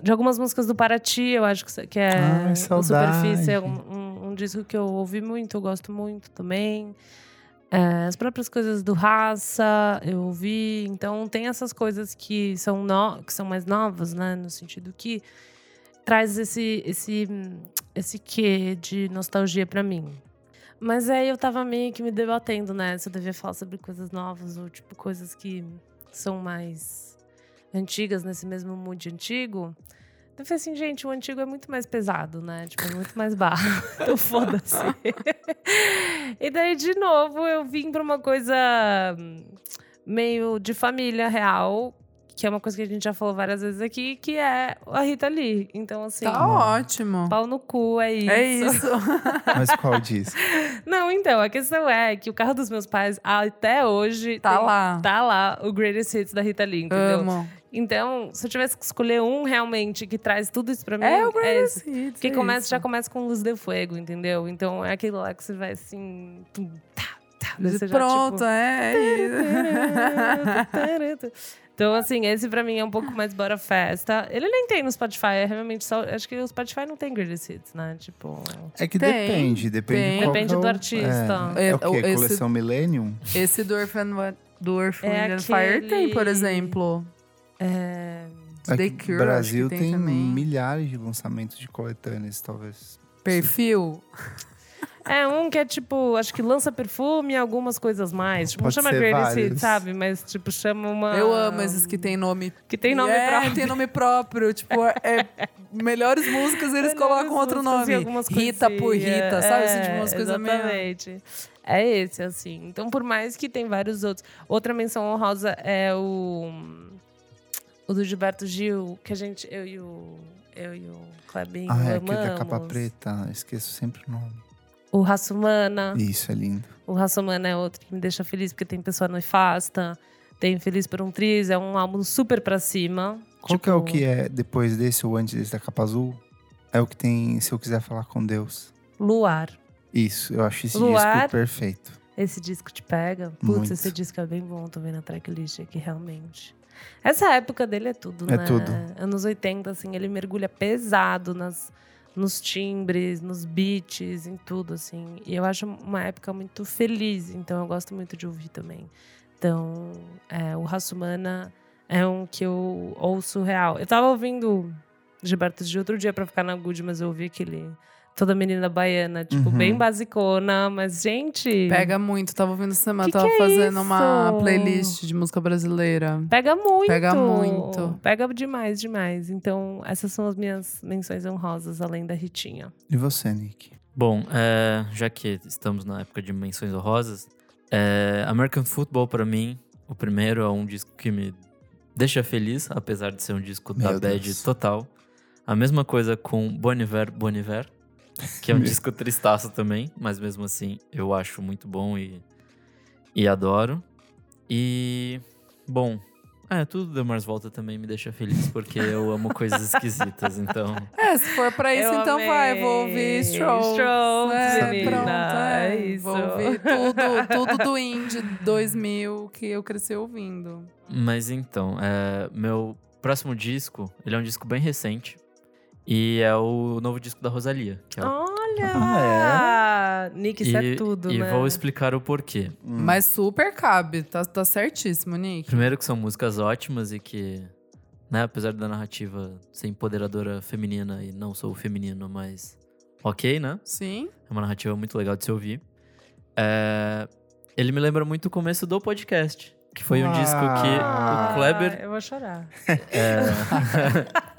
S4: De algumas músicas do Paraty, eu acho que, que é
S2: Ai,
S4: o
S2: saudade.
S4: Superfície. É um, um- um disco que eu ouvi muito, eu gosto muito também. É, as próprias coisas do Raça, eu ouvi. Então tem essas coisas que são, no, que são mais novas, né? No sentido que traz esse, esse, esse quê de nostalgia pra mim. Mas aí eu tava meio que me debatendo, né? Se eu devia falar sobre coisas novas ou, tipo, coisas que são mais antigas nesse mesmo mood antigo. Eu falei assim, gente, o antigo é muito mais pesado, né? Tipo, é muito mais barro. Então foda-se. e daí, de novo, eu vim pra uma coisa hum, meio de família real, que é uma coisa que a gente já falou várias vezes aqui, que é a Rita Lee. Então, assim,
S3: Tá ótimo.
S4: pau no cu, é isso.
S3: É isso.
S2: Mas qual diz?
S4: Não, então, a questão é que o carro dos meus pais, até hoje,
S3: Tá
S4: tem-
S3: lá.
S4: tá lá o Greatest Hits da Rita Lee, entendeu?
S3: Amo.
S4: Então, se eu tivesse que escolher um realmente que traz tudo isso pra mim,
S3: É o
S4: esse.
S3: Greatest Hits.
S4: Porque
S3: é
S4: começa,
S3: isso.
S4: já começa com Luz de Fuego, entendeu? Então, é aquilo lá que você vai assim... Tum, tá, tá, daí você já,
S3: Pronto,
S4: tipo,
S3: é, é isso.
S4: Então, assim, esse pra mim é um pouco mais Bora Festa. Ele nem tem no Spotify, é realmente só. Acho que o Spotify não tem Greatest Hits, né? Tipo.
S2: É que
S3: Tem,
S2: depende, depende de
S3: tem.
S2: qual
S4: Depende
S2: que é o-
S4: do artista.
S2: É, é o
S3: É, o-
S2: quê?
S3: esse-
S2: Coleção Millennium?
S3: Esse do Orphan, Wa- do Orphan
S4: É
S3: and Fire tem, por
S4: aquele-
S3: exemplo.
S4: É...
S3: The
S2: Aqui no
S3: Cure,
S2: Brasil
S3: acho que tem, também.
S2: milhares de lançamentos de coletâneas, talvez.
S3: Perfil.
S4: É, um que é tipo, acho que lança perfume e algumas coisas mais. Tipo, não
S2: Pode
S4: chama
S2: ser
S4: Greatest
S2: vários.
S4: Hits, sabe? Mas, tipo, chama uma.
S3: Eu amo esses que tem nome.
S4: Que tem nome
S3: é,
S4: próprio.
S3: tem nome próprio. Tipo, é, melhores músicas eles
S4: Melhores
S3: colocam outro
S4: músicas e
S3: nome.
S4: algumas
S3: Rita por
S4: coisinhas.
S3: Rita, sabe? Assim, tipo,
S4: É,
S3: umas coisas meio.
S4: Exatamente. É esse, assim. Então, por mais que tem vários outros. Outra menção honrosa é o. O do Gilberto Gil, que a gente. Eu e o. Eu e o Clebinho
S2: Ah, é aquele
S4: amamos.
S2: da capa preta. Esqueço sempre o nome.
S4: O Raça
S3: Ah.
S4: Humana.
S2: Isso, é lindo.
S4: O Raça Humana é outro que me deixa feliz, porque tem Pessoa Nefasta, tem Feliz por um Triz, é um álbum super pra cima. Tipo,
S2: Qual que é o que é depois desse ou antes desse da capa azul? É o que tem Se Eu Quiser Falar Com Deus.
S4: Luar.
S2: Isso, eu acho esse
S4: Luar.
S2: disco perfeito.
S4: Esse disco te pega. Putz,
S2: Muito.
S4: esse disco é bem bom, tô vendo a tracklist aqui, realmente. Essa época dele é tudo,
S2: É
S4: né?
S2: tudo.
S4: Anos 80, assim, ele mergulha pesado nas, nos timbres, nos beats, em tudo, assim. E eu acho uma época muito feliz, então eu gosto muito de ouvir também. Então, é, o Raça Humana é um que eu ouço real. Eu tava ouvindo Gilberto de outro dia pra ficar na Good, mas eu ouvi aquele toda menina baiana, tipo,
S2: Uhum.
S4: bem basicona, mas, gente.
S3: Pega muito. Tava ouvindo essa semana,
S4: Que
S3: tava
S4: que é
S3: fazendo uma
S4: isso?
S3: playlist de música brasileira.
S4: Pega muito.
S3: Pega muito.
S4: Pega demais, demais. Então, essas são as minhas menções honrosas, além da Ritinha.
S2: E você, Nick?
S1: Bom, é, já que estamos na época de menções honrosas, é, American Football pra mim, o primeiro é um disco que me deixa feliz, apesar de ser um disco da
S2: Meu
S1: bad
S2: Deus.
S1: total. A mesma coisa com Bon Iver, Bon Iver, que é um
S2: Meu
S1: disco tristaço também, mas mesmo assim eu acho muito bom e, e adoro. E, bom, é, tudo do Mars Volta também me deixa feliz, porque eu amo coisas esquisitas, então...
S3: É, se for pra isso,
S4: Eu
S3: então vai. Vou
S4: amei.
S3: ouvir Strokes.
S4: Strokes,
S3: é,
S2: menina,
S3: pronto. É.
S4: é isso.
S3: Vou ouvir tudo, tudo do Indie 2000 que eu cresci ouvindo.
S1: Mas então, é, meu próximo disco, ele é um disco bem recente. E é o novo disco da Rosalia. que é o-
S4: Olha!
S2: Ah,
S4: Nick,
S1: e,
S4: isso é tudo,
S1: E
S4: né?
S1: vou explicar o porquê.
S2: Hum.
S3: Mas super cabe. Tá, tá certíssimo, Nick.
S1: Primeiro que são músicas ótimas e que, né, apesar da narrativa ser empoderadora feminina e não sou feminino, mas ok, né?
S3: Sim.
S1: É uma narrativa muito legal de se ouvir. É, ele me lembra muito o começo do podcast, que foi um disco que o
S2: Ah,
S1: Kleber
S4: Eu vou chorar.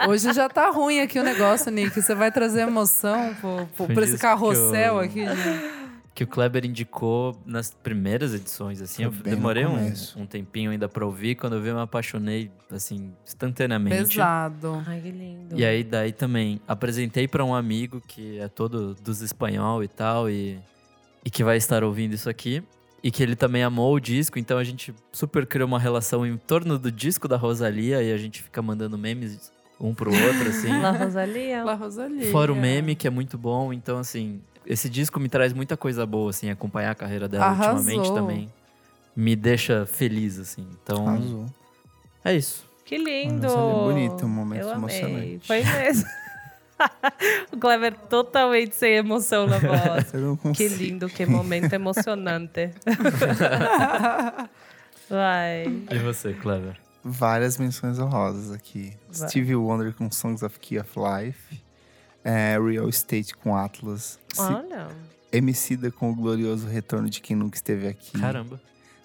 S3: Hoje já tá ruim aqui o negócio, Nick. Você vai trazer emoção pro, pro-
S1: Foi
S3: pra esse
S1: disso que
S3: carrossel
S1: eu-
S3: aqui, gente.
S1: que o Kleber indicou nas primeiras edições, assim.
S2: Foi
S1: Eu
S2: bem no
S1: demorei um,
S2: começo.
S1: um tempinho ainda pra ouvir. Quando eu vi, eu me apaixonei, assim, instantaneamente.
S3: Pesado.
S4: Ai, que lindo.
S1: E aí, daí também, apresentei pra um amigo que é todo dos espanhol e tal, e, e que vai estar ouvindo isso aqui. E que ele também amou o disco, então a gente super criou uma relação em torno do disco da Rosalia e a gente fica mandando memes um pro outro, assim.
S4: La Rosalia.
S3: La Rosalia.
S1: Fora o meme, que é muito bom. Então, assim, esse disco me traz muita coisa boa, assim. Acompanhar a carreira dela
S3: Arrasou.
S1: ultimamente também me deixa feliz, assim. Então,
S2: Arrasou.
S1: é isso.
S4: Que lindo!
S2: Nossa, ele é bonito, um momento
S4: Eu amei.
S2: emocionante.
S4: Foi mesmo. o Kleber totalmente sem emoção na voz.
S2: Eu não
S4: que
S2: consigo.
S4: lindo, que momento emocionante. Vai.
S1: E você, Clever?
S2: Várias menções honrosas aqui.
S4: Vai.
S2: Stevie Wonder com Songs of Key of Life. É, Real Estate com Atlas.
S4: Olha.
S2: Emicida com o glorioso retorno de quem nunca esteve aqui.
S1: Caramba.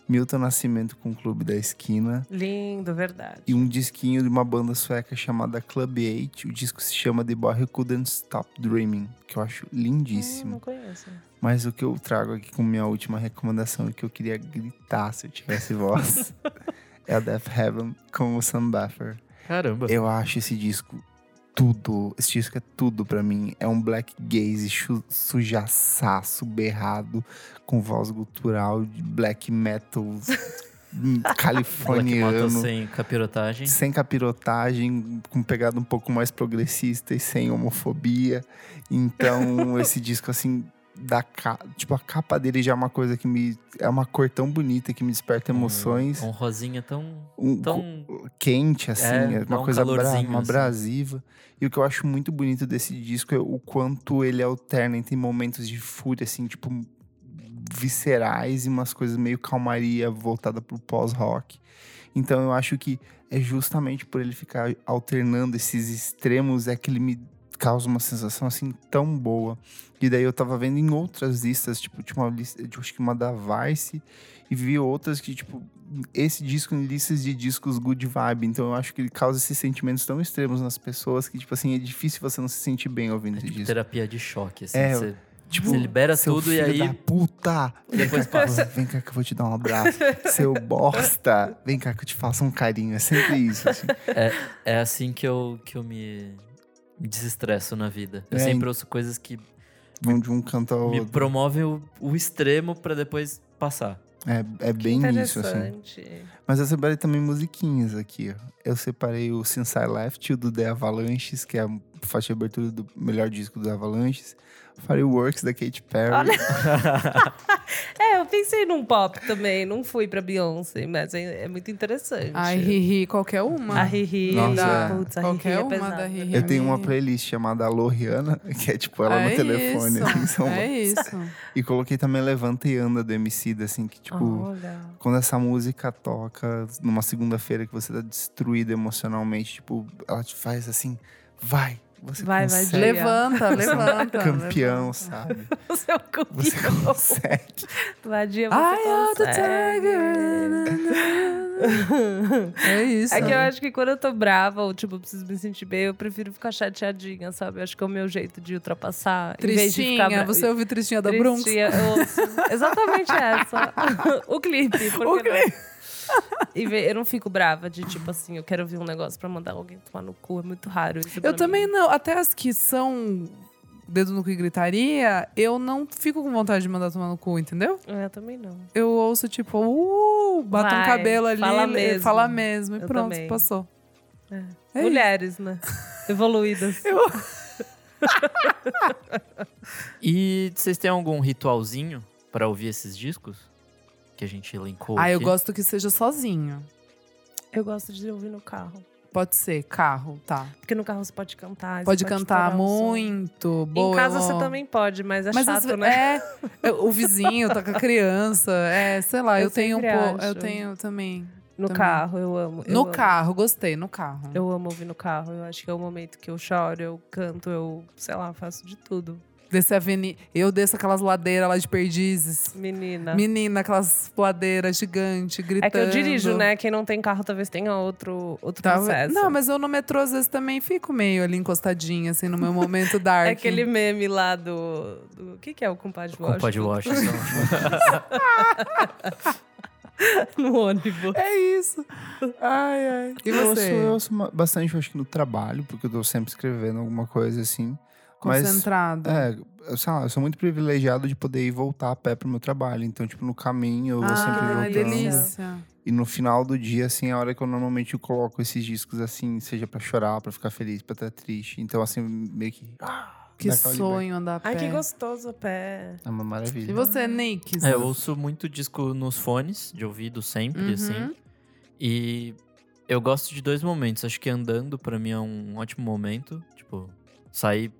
S2: Milton Nascimento com o Clube da Esquina.
S4: Lindo, verdade.
S2: E um disquinho de uma banda sueca chamada Club 8. O disco se chama The Boy Who Couldn't Stop Dreaming, que eu acho
S4: Hum,
S2: lindíssimo.
S4: não conheço.
S2: Mas o que eu trago aqui como minha última recomendação e que eu queria gritar se eu tivesse voz é a Death Heaven com o Sam Buffer.
S1: Caramba.
S2: Eu acho esse disco tudo. Esse disco é tudo pra mim. É um black gaze chu- sujaçaço, berrado, com voz gutural de black metal hum,
S1: Black Metal
S2: californiano.
S1: sem capirotagem.
S2: Sem capirotagem, com pegada um pouco mais progressista e sem homofobia. Então, esse disco, assim, da ca... tipo, a capa dele já é uma coisa que me. É uma cor tão bonita que me desperta emoções.
S1: Um, um rosinha tão...
S2: Um-
S1: tão...
S2: quente, assim,
S1: É,
S2: é,
S1: dá
S2: uma
S1: um
S2: coisa bra
S1: calorzinho,
S2: uma
S1: assim.
S2: abrasiva. E o que eu acho muito bonito desse disco é o quanto ele alterna entre momentos de fúria, assim, tipo, viscerais e umas coisas meio calmaria voltada pro pós-rock. Então eu acho que é justamente por ele ficar alternando esses extremos é que ele me causa uma sensação assim tão boa. E daí eu tava vendo em outras listas, tipo, tinha uma lista, eu acho que uma da Vice, e vi outras que, tipo, esse disco em listas de discos good vibe. Então eu acho que ele causa esses sentimentos tão extremos nas pessoas que, tipo assim, é difícil você não se sentir bem ouvindo
S1: É
S2: esse
S1: tipo
S2: disco.
S1: terapia de choque, assim.
S2: É,
S1: você,
S2: Tipo,
S1: você libera
S2: seu
S1: tudo e
S2: filho
S1: aí...
S2: da puta!
S1: Depois
S2: vem, cá, vem cá que eu vou te dar um abraço. Seu bosta! Vem cá que eu te faço um carinho. É sempre isso, assim.
S1: É assim que eu, que eu me me desestresso na vida. Eu
S2: É,
S1: sempre
S2: en-
S1: ouço coisas que
S2: Vão de um canto ao
S1: me
S2: outro.
S1: promovem o, o extremo pra depois passar.
S2: É, é
S4: Que
S2: bem isso, assim.
S4: interessante.
S2: Mas eu separei também musiquinhas aqui. ó. Eu separei o Since I Left, o do The Avalanches, que é a faixa de abertura do melhor disco do Avalanches. Fireworks, da Katy Perry.
S4: É, eu pensei num pop também. Não fui pra Beyoncé, mas é, é muito interessante.
S3: Ai, Riri, qualquer uma.
S4: A Riri.
S2: Nossa, é.
S4: Putz, a Riri
S3: Qualquer
S4: é
S3: uma
S4: pesada.
S3: da Riri.
S2: Eu tenho uma
S3: Amiga.
S2: playlist chamada Alô Rihanna, que é tipo ela
S3: é
S2: no telefone.
S3: Isso,
S2: assim, são-
S3: é isso.
S2: E coloquei também Levanta e Anda, do MC, assim, que tipo...
S4: Olha.
S2: quando essa música toca numa segunda-feira que você tá destruído emocionalmente, tipo, ela te faz assim, vai, Você
S4: Vai, vai,
S2: consegue.
S4: Leia.
S3: Levanta,
S2: Você é um
S3: levanta.
S2: Campeão,
S3: levanta.
S2: sabe?
S4: O seu
S2: Você
S4: currículo.
S2: consegue.
S4: Vadia, você
S3: Eye of the
S4: consegue.
S3: tiger. na, na, na. É isso.
S4: É que eu acho que quando eu tô brava, ou tipo, preciso me sentir bem, eu prefiro ficar chateadinha, sabe? Eu acho que é o meu jeito de ultrapassar. em vez de ficar
S3: Tristinha,
S4: bra-
S3: você ouviu Tristinha da Bronx?
S4: Tristinha, eu ouço exatamente essa. o clipe, por
S3: O
S4: que não? E ve- eu não fico brava de tipo assim, eu quero ouvir um negócio pra mandar alguém tomar no cu. É muito raro isso. pra
S3: Eu
S4: mim.
S3: também não. Até as que são dedo no cu e gritaria, eu não fico com vontade de mandar tomar no cu, entendeu?
S4: É, Eu também não.
S3: Eu ouço tipo, uh, bata um
S4: Vai,
S3: cabelo ali,
S4: fala
S3: le-
S4: mesmo.
S3: fala mesmo e
S4: Eu
S3: pronto,
S4: também.
S3: passou. É.
S4: Mulheres, né? Evoluídas.
S1: E vocês têm algum ritualzinho pra ouvir esses discos? Que a gente elencou
S3: Ah, eu
S1: aqui?
S3: gosto que seja sozinho.
S4: Eu gosto de ouvir no carro.
S3: Pode ser carro, tá.
S4: Porque no carro você pode cantar. você
S3: Pode cantar
S4: estourar o som.
S3: muito. Boa.
S4: Em casa
S3: eu-
S4: você também pode, mas é
S3: Mas às
S4: chato,
S3: ve-
S4: né?
S3: é, o vizinho tá com a criança, é, sei lá, eu,
S4: Eu
S3: tenho um
S4: sempre
S3: pouco, eu
S4: acho.
S3: tenho também.
S4: No
S3: também.
S4: carro, eu amo. eu
S3: no
S4: amo.
S3: carro, gostei, no carro.
S4: Eu amo ouvir no carro. Eu acho que é o momento que eu choro, eu canto, eu, sei lá, faço de tudo.
S3: Descer a avenida, eu desço aquelas ladeiras lá de perdizes.
S4: Menina.
S3: Menina, aquelas ladeiras gigantes, gritando.
S4: É que eu dirijo, né? Quem não tem carro talvez tenha outro, outro
S3: Tava-
S4: processo.
S3: Não, mas eu no metrô às vezes também fico meio ali encostadinha, assim, no meu momento dark.
S4: É aquele meme lá do. do- o que, que é o compadre Washington?
S1: Culpa de Washington.
S4: no ônibus.
S3: É isso. Ai, ai. E
S2: Eu ouço,
S3: você?
S2: eu ouço ma- bastante, eu acho que no trabalho, porque eu tô sempre escrevendo alguma coisa assim. Mas
S3: Concentrado.
S2: É, eu, sei lá, eu sou muito privilegiado de poder ir voltar a pé pro meu trabalho. Então, tipo, no caminho eu vou sempre
S3: ah,
S2: voltando.
S4: que delícia.
S2: E no final do dia, assim, é a hora que eu normalmente coloco esses discos assim, seja pra chorar, pra ficar feliz, pra estar triste. Então, assim, meio que. ah,
S3: Que
S2: dá aquela
S3: sonho andar a pé.
S4: Ai, que gostoso a pé.
S2: liberdade. É uma
S3: E
S2: maravilha.
S3: você, Nick?
S1: É, eu ouço muito disco nos fones, de ouvido sempre,
S3: Uhum.
S1: assim. E eu gosto de dois momentos. Acho que andando, pra mim, é um ótimo momento. Tipo, sair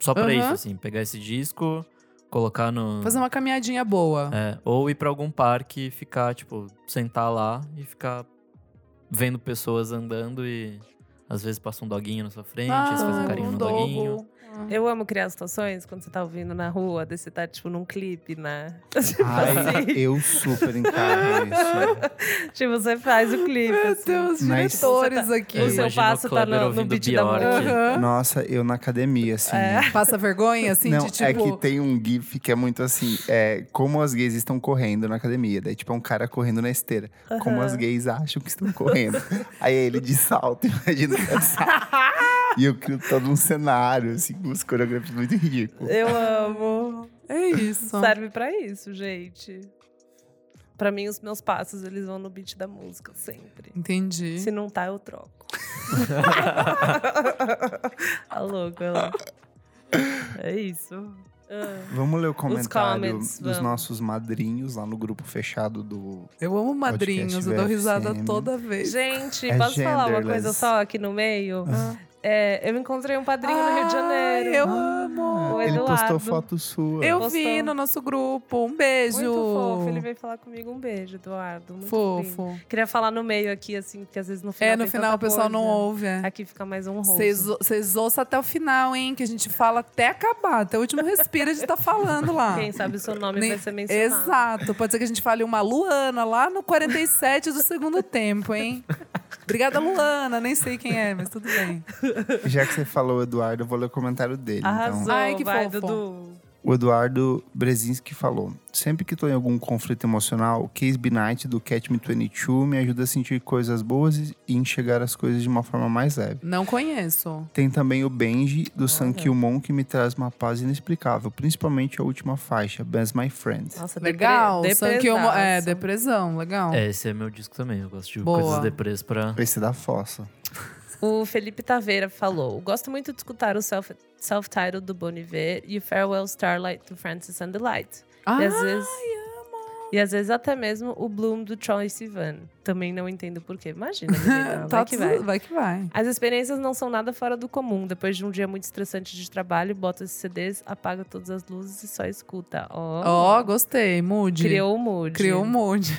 S1: só pra
S3: Aham.
S1: isso, assim. Pegar esse disco, colocar no.
S3: Fazer uma caminhadinha boa.
S1: É, ou ir pra algum parque e ficar, tipo, sentar lá e ficar vendo pessoas andando e às vezes passa um doguinho na sua frente,
S3: Ah,
S1: você faz um
S4: um
S1: carinho no
S3: dogo.
S1: doguinho.
S4: Uhum. Eu amo criar situações quando você tá ouvindo na rua, daí você tá, tipo, num clipe, né?
S2: Ai, eu super encargo isso.
S4: tipo, você faz o clipe.
S3: Meu
S4: assim.
S3: Deus, tá
S2: Mas-
S3: diretores aqui.
S1: Eu
S4: O seu
S1: imagino o
S4: passo tá
S1: Kleber
S4: no, no
S1: ouvindo
S4: beat da
S1: Bjork.
S4: música.
S3: é um Aham.
S2: Nossa, eu na academia, assim.
S3: Passa vergonha, assim,
S2: não,
S3: de tipo...
S2: é que tem um gif que é muito assim, é como as gays estão correndo na academia, daí tipo é um cara correndo na esteira, como as gays acham que estão correndo. Aí ele de salto, imagina que é salto. E eu crio todo um cenário, assim, com umas coreografias muito ridículas.
S4: Eu amo.
S3: É isso.
S4: Serve pra isso, gente. Pra mim, os meus passos, eles vão no beat da música, sempre.
S3: Entendi.
S4: Se não tá, eu troco. tá louco, ela. É isso. Ah,
S2: Vamos ler o comentário
S4: comments,
S2: dos
S4: vamos.
S2: nossos madrinhos lá no grupo fechado do.
S3: Eu amo madrinhos, eu dou risada
S2: VFCM.
S3: toda vez.
S4: Gente,
S2: É
S4: posso falar uma coisa
S2: genderless.
S4: só aqui no meio? É, eu encontrei um padrinho no Rio de
S3: Ah.
S4: Janeiro.
S3: Ai, eu amo.
S4: O
S2: ele
S4: Eduardo.
S2: postou foto sua.
S3: Eu
S4: Gostou?
S3: vi no nosso grupo. Um beijo.
S4: Muito fofo. Ele veio falar comigo. Um beijo, Eduardo. Muito lindo.
S3: Fofo.
S4: Queria falar no meio aqui, assim, porque às vezes no final.
S3: É, no
S4: tem
S3: final o
S4: tanta
S3: pessoal não
S4: coisa.
S3: ouve. é.
S4: Aqui fica mais um honroso.
S3: Vocês vocês ouçam até o final, hein? Que a gente fala até acabar, até o último respiro a gente tá falando lá.
S4: Quem sabe o seu nome
S3: Nem-
S4: vai ser mencionado.
S3: Exato. Pode ser que a gente fale uma Luana lá no 47 do segundo tempo, hein? Obrigada, Luana. Nem sei quem é, mas tudo bem.
S2: Já que você falou, Eduardo, eu vou ler o comentário dele. Então.
S4: Arrasou.
S3: Ai, que
S4: vai,
S3: fofo.
S4: Dudu.
S2: O Eduardo Brezinski falou: Sempre que tô em algum conflito emocional, o Case Be Night do Cat Me 22 me ajuda a sentir coisas boas e e enxergar as coisas de uma forma mais leve.
S3: Não conheço.
S2: Tem também o Benji do San Kilmon que me traz uma paz inexplicável, principalmente a última faixa, Best My Friend.
S4: Nossa,
S3: Legal.
S4: Tá depre-
S3: Sankey Homo- É,
S4: depresaço.
S3: depressão. Legal.
S1: É, esse é meu disco também. Eu gosto de
S3: Boa.
S1: coisas deprês pra.
S2: Esse é da fossa.
S4: O Felipe Taveira falou: Gosto muito de escutar o self- self-title do Bon Iver e o Farewell Starlight do Francis and the Light.
S3: Ah,
S4: e às vezes. E às vezes até mesmo o Bloom do Choice Ivan. Também não entendo por quê. Imagina,
S3: tá
S4: menina, Ah, vai que vai.
S3: tudo- vai que vai.
S4: As experiências não são nada fora do comum. Depois de um dia muito estressante de trabalho, bota esses CDs, apaga todas as luzes e só escuta.
S3: Ó,
S4: Ó,
S3: gostei. Mude.
S4: criou o mood.
S3: Criou um monte.